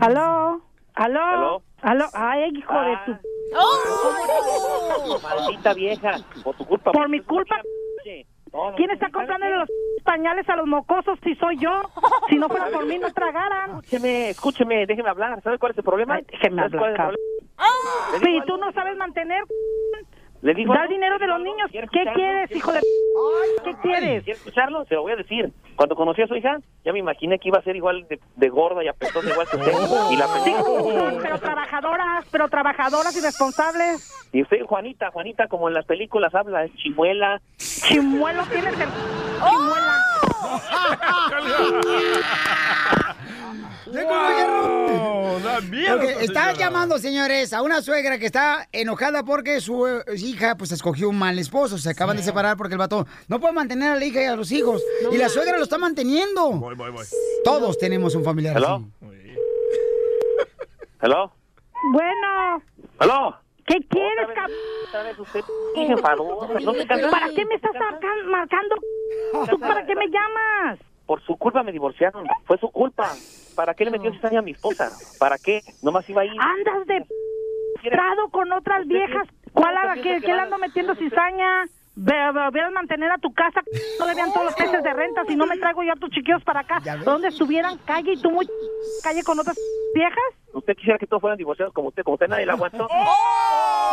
P: ¿Aló? ¿Aló?
T: ¿Aló? Ah,
P: ¿Aló? Ay, hijo de tu...
J: ¡Oh!
T: Maldita vieja, por tu culpa.
P: Por mi culpa. ¿Quién está comprando los pañales a los mocosos si soy yo? Si no fuera por mí, no tragaran.
T: Escúcheme, escúcheme, déjeme hablar. ¿Sabes cuál es el problema?
P: déjeme
T: ¿Sabes
P: hablar,
T: cuál es el
P: cabrón.
T: problema?
P: Si tú no sabes mantener,
T: Le digo
P: dar
T: algo,
P: dinero
T: le
P: de
T: digo
P: los
T: algo.
P: niños.
T: ¿Quiere
P: ¿Qué
T: escucharlo?
P: quieres, hijo de... ¿Qué quieres?
T: ¿Quieres escucharlo? Se lo voy a decir. Cuando conocí a su hija, ya me imaginé que iba a ser igual de, de gorda y apestosa igual que usted. Y la
P: Oh. Sí,
T: pensé.
P: pero trabajadoras, pero trabajadoras y responsables.
T: Y usted, Juanita, Juanita, como en las películas habla, es chimuela.
P: Chimuelo tienes el... Chimuela.
X: ¡Wow! ¡Da miedo
B: Ok,
X: esta
B: está
X: señora.
B: llamando, señores, a una suegra que está enojada porque su eh, hija pues escogió un mal esposo. Se acaban de separar porque el vato no puede mantener a la hija y a los hijos. y la suegra lo está manteniendo.
X: Voy, voy, voy.
B: Todos tenemos un familiar
T: ¿Hello?
B: así.
T: ¿Hello?
P: Bueno,
T: ¿Hello?
P: ¿qué quieres, cabrón?
T: Sí, por favor, no te canses.
P: ¿Para qué me estás marca- marcando? ¿Tú para qué me llamas?
T: Por su culpa me divorciaron. Fue su culpa. ¿Para qué le metió cizaña a mi esposa? ¿Para qué? Nomás iba ahí.
Q: Ah.
P: Andas de prado con otras viejas. ¿Cuál a la que, que le ando metiendo cizaña? Ve- ve- Ve a mantener a tu casa. No debían todos los meses de renta. Si no me traigo yo a tus chiquillos para acá. ¿Dónde estuvieran? Calle y tú muy calle con otras viejas.
T: ¿Usted quisiera que todos fueran divorciados como usted? Como usted nadie la aguantó.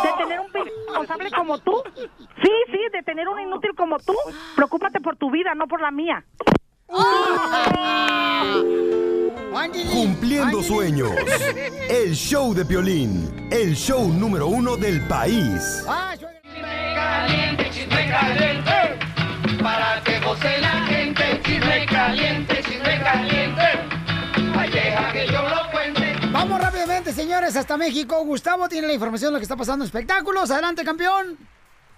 P: De tener un pe- responsable como tú. Sí, sí, de tener un inútil como tú. Preocúpate por tu vida, no por la mía.
F: Cumpliendo sueños. El show de Piolín. El show número uno del país.
B: Ah,
E: Caliente, chisme caliente. Para que goce la gente. Chisme caliente, chisme caliente. Ay, deja que yo lo cuente.
B: Vamos rápidamente, señores, hasta México. Gustavo tiene la información de lo que está pasando en espectáculos. Adelante, campeón.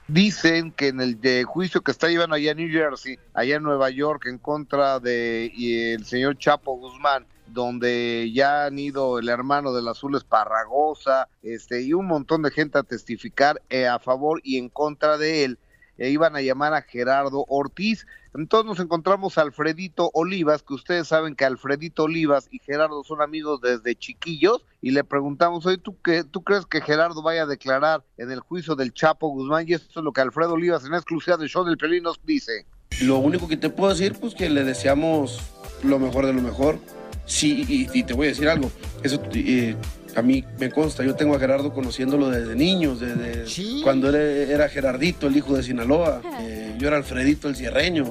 H: Dicen que en el de juicio que está llevando allá en New Jersey, allá en Nueva York, en contra de y el señor Chapo Guzmán, donde ya han ido el hermano del Azul Esparragosa, este, y un montón de gente a testificar eh, a favor y en contra de él, e iban a llamar a Gerardo Ortiz. Entonces nos encontramos a Alfredito Olivas, que ustedes saben que Alfredito Olivas y Gerardo son amigos desde chiquillos, y le preguntamos, oye, ¿tú, qué, ¿tú crees que Gerardo vaya a declarar en el juicio del Chapo Guzmán? Y esto es lo que Alfredo Olivas en exclusiva del show del Pelín nos dice.
I: Lo único que te puedo decir, pues que le deseamos lo mejor de lo mejor. Sí, y, y te voy a decir algo. Eso eh, a mí me consta. Yo tengo a Gerardo conociéndolo desde niños, desde cuando él era Gerardito, el hijo de Sinaloa. Eh, yo era Alfredito, el cierreño.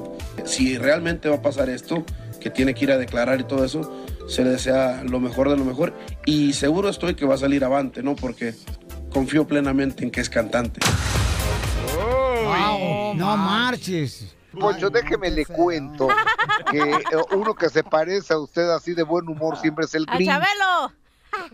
I: Si realmente va a pasar esto, que tiene que ir a declarar y todo eso, se le desea lo mejor de lo mejor. Y seguro estoy que va a salir avante, ¿no? Porque confío plenamente en que es cantante.
B: Wow, no marches.
H: Poncho, déjeme le cuento que eh, uno que se parece a usted así de buen humor siempre es el
J: ¡A
H: Grinch.
J: Chabelo!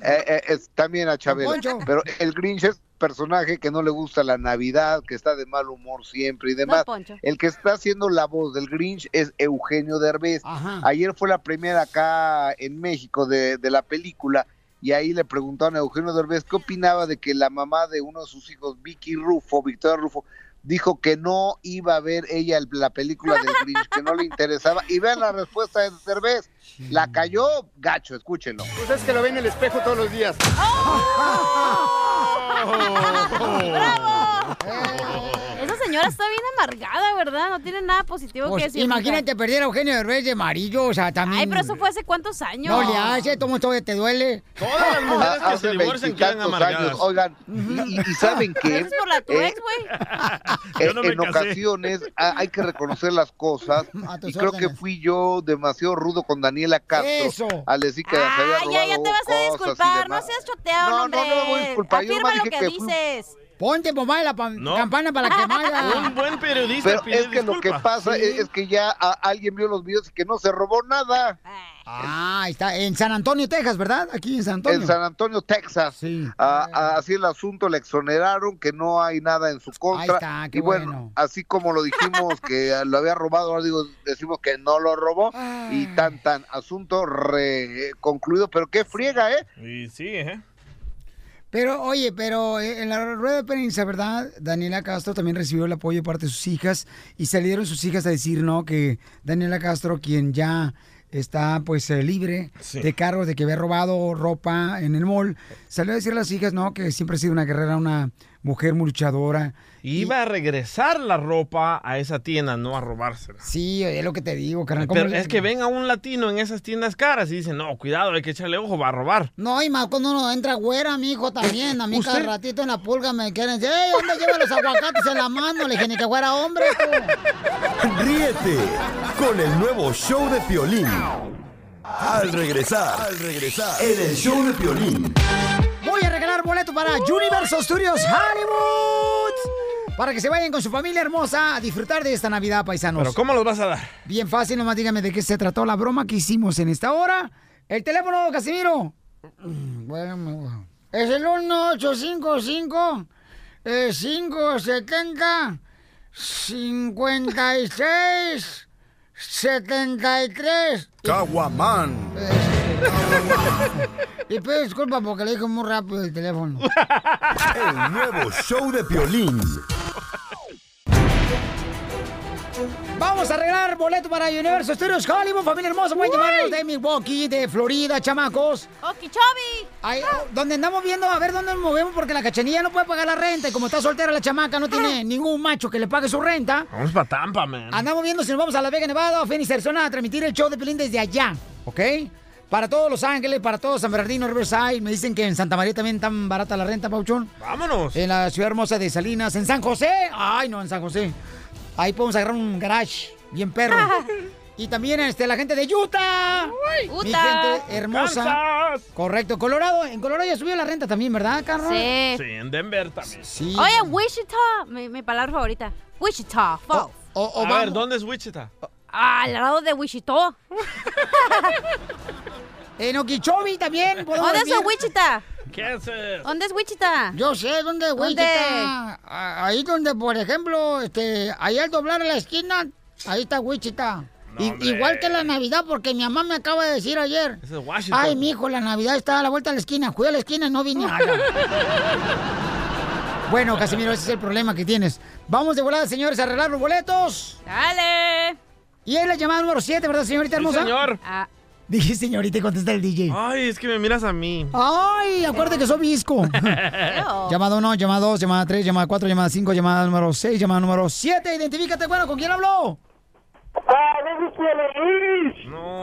H: Eh, eh, es también a Chabelo.
J: Poncho.
H: Pero el Grinch es personaje que no le gusta la Navidad, que está de mal humor siempre y demás.
J: Poncho.
H: el que está haciendo la voz del Grinch es Eugenio Derbez. Ayer fue la primera acá en México de, de la película y ahí le preguntaron a Eugenio Derbez qué opinaba de que la mamá de uno de sus hijos, Vicky Rufo, Victoria Rufo, dijo que no iba a ver ella el- la película del Grinch, que no le interesaba. Y vean la respuesta de Derbez. La cayó gacho, escúchenlo.
N: Pues es que lo ve en el espejo todos los días.
F: ¡Oh!
J: ¡Bravo! Esa señora está bien amargada, ¿verdad? No tiene nada positivo
B: Pues,
J: que decir.
B: imagínate perder a Eugenio Derbez de amarillo, o sea, también...
J: Ay, pero eso fue hace cuántos años.
B: No le hace, tomo todo te duele.
J: Todas las mujeres que
L: Ah, Hace veintitantos años. Oigan, y, y- y saben
J: Eso
L: qué?
J: es por la tu
L: Eh,
J: ex, güey.
L: Eh,
E: Yo no me
L: en
E: casé.
L: ocasiones ha- hay que reconocer las cosas
E: A tus
L: y creo que
E: órdenes.
L: fui yo demasiado rudo con Daniela Castro
E: Eso.
L: al decir que se había
J: Ay, ya, ya te vas
L: robado
J: a
L: cosas y
J: disculpar. No
L: demás.
J: seas choteado,
L: No, no,
J: hombre.
L: no me voy a disculpar, yo
J: Afirma
L: nomás
J: lo que,
L: dije que fui-
J: dices.
B: Ponte, mamá, la pam- campana para la quemada.
L: Un
C: buen periodista
L: Pero
C: pide
L: es que lo que
C: disculpas.
L: pasa
B: Sí.
L: es, es que ya a- alguien vio los videos y que no se robó nada.
B: Ah, ahí está en San Antonio, Texas, ¿verdad? Aquí en San Antonio.
L: En San Antonio, Texas. Ah, ah, así el asunto, le exoneraron, que no hay nada en su contra.
B: está, qué
L: y bueno,
B: bueno.
L: así como lo dijimos que ah, lo había robado, ahora digo, decimos que no lo robó. Y tan, tan, asunto re- concluido. Pero qué friega, ¿eh?
C: Y sí, ¿eh?
B: Pero, oye, pero eh, en la rueda de prensa, ¿verdad? Daniela Castro también recibió el apoyo de parte de sus hijas y salieron sus hijas a decir, ¿no? Que Daniela Castro, quien ya está pues eh, libre
E: Sí.
B: de cargos de que había robado ropa en el mall, salió a decir a las hijas, ¿no? Que siempre ha sido una guerrera, una mujer muy luchadora.
C: Iba a regresar la ropa a esa tienda, no a robársela.
B: Sí, es lo que te digo, carnal. ¿cómo
C: Pero eh,
B: le-
C: es que ven a un latino en esas tiendas caras y dicen, no, cuidado, hay que echarle ojo, va a robar.
B: No, y más cuando uno entra güera, mi hijo también. A mí cada
C: ¿Usted?
B: ratito en la pulga me quieren decir, "Ey, ¿dónde lleva los aguacates en la mano? Le dije, ni que fuera hombre, tú.
F: Ríete con el nuevo show de Piolín. Al regresar, al regresar, en el show de Piolín.
B: Voy a regalar boleto para Universal Studios Hollywood. Para que se vayan con su familia hermosa a disfrutar de esta Navidad, paisanos.
C: Pero ¿cómo los vas a dar?
B: Bien fácil, nomás dígame de qué se trató la broma que hicimos en esta hora. El teléfono, Casimiro. Mm, bueno, bueno. Es el 1855 eh, 570 56 73.
F: Caguaman.
B: Y pido disculpas porque le dije muy rápido el teléfono.
F: El nuevo show de Piolín.
B: Vamos a arreglar boleto para Universo Studios Hollywood, familia hermosa. Pueden llamarnos de Milwaukee, de Florida, chamacos.
J: Okichobi.
B: Ahí, oh, donde andamos viendo, a ver dónde nos movemos, porque la cachanilla no puede pagar la renta. Y como está soltera la chamaca, no tiene ningún macho que le pague su renta.
C: Vamos para Tampa, man.
B: Andamos viendo si nos vamos a La Vega, Nevada o Phoenix, Arizona a transmitir el show de Pelín desde allá, ¿ok? Para todos Los Ángeles, para todo San Bernardino, Riverside. Me dicen que en Santa María también tan barata la renta, Pauchón.
C: Vámonos.
B: En la ciudad hermosa de Salinas, en San José. Ay, no, en San José. Ahí podemos agarrar un garage bien perro. y también este, la gente de Utah. Mi
E: Utah.
B: gente hermosa. Correcto, Colorado. En Colorado ya subió la renta también, ¿verdad, Carlos?
J: Sí.
C: Sí, en Denver también.
B: Sí.
J: Oye, Wichita. Mi, mi palabra favorita. Wichita. Falls.
C: a ver, ¿dónde es Wichita?
J: Ah, al lado de Wichita.
B: en Okeechobee también. podemos
J: ¿Dónde es
B: dormir.
J: Oh, Wichita?
C: ¿Qué haces?
J: ¿Dónde es Wichita?
B: Yo sé dónde es
J: Ah. ¿Dónde?
B: Wichita. A- Ahí donde, por ejemplo, este, ahí al doblar a la esquina, ahí está Wichita. I-
C: hombre.
B: igual que la Navidad, porque mi mamá me acaba de decir ayer.
C: Ese es Washington.
B: Ay, mijo, la Navidad está a la vuelta de la esquina. Fui a la esquina y no vi nada. bueno, Casimiro, ese es el problema que tienes. Vamos de volada, señores, a arreglar los boletos.
J: Dale.
B: Y es la llamada número 7, ¿verdad,
C: Sí,
B: señorita hermosa?
C: señor.
B: Dije, señorita, y contesta el DJ.
C: Ay, es que me miras a mí.
B: Ay, acuérdate que soy visco. Llamada 1, llamada 2, llamada 3, llamada 4, llamada 5, llamada número 6, llamada número 7. Identifícate, bueno, ¿con quién habló?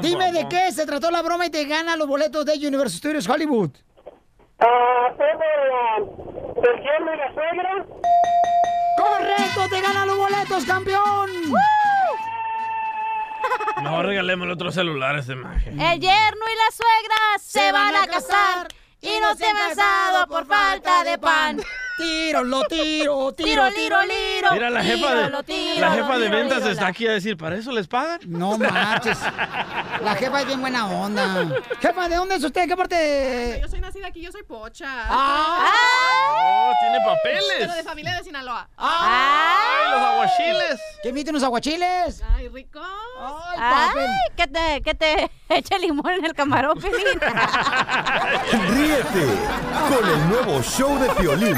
B: Dime de qué se trató la broma y te gana los boletos de Universal Studios Hollywood. ¡Correcto! ¡Te ganan los boletos, campeón!
C: No, regalémosle otro celular a ese maje.
J: El yerno y la suegra se, van a casar. Y no se han casado por falta de pan.
B: Tiro, lo tiro,
J: tiro, tiro, liro.
C: Mira, la jefa de,
J: Tíralo, tíralo,
C: la jefa de
J: tíralo,
C: ventas
J: tíralo.
C: está aquí a decir, ¿para eso les pagan?
B: No marches. La jefa es bien buena onda. Jefa, ¿de dónde es usted? ¿Qué parte de-
J: eh,
N: Yo soy nacida aquí, yo soy pocha.
C: ¡Ah! tiene
N: Pero de
C: papeles!
N: familia de Sinaloa.
J: Ah.
C: ¡Ay, los aguachiles!
B: ¿Qué emiten los aguachiles?
N: ¡Ay, rico!
J: Ay, que te, que te eche limón en el camarón, Pelín.
F: Ríete con el nuevo show de Piolín.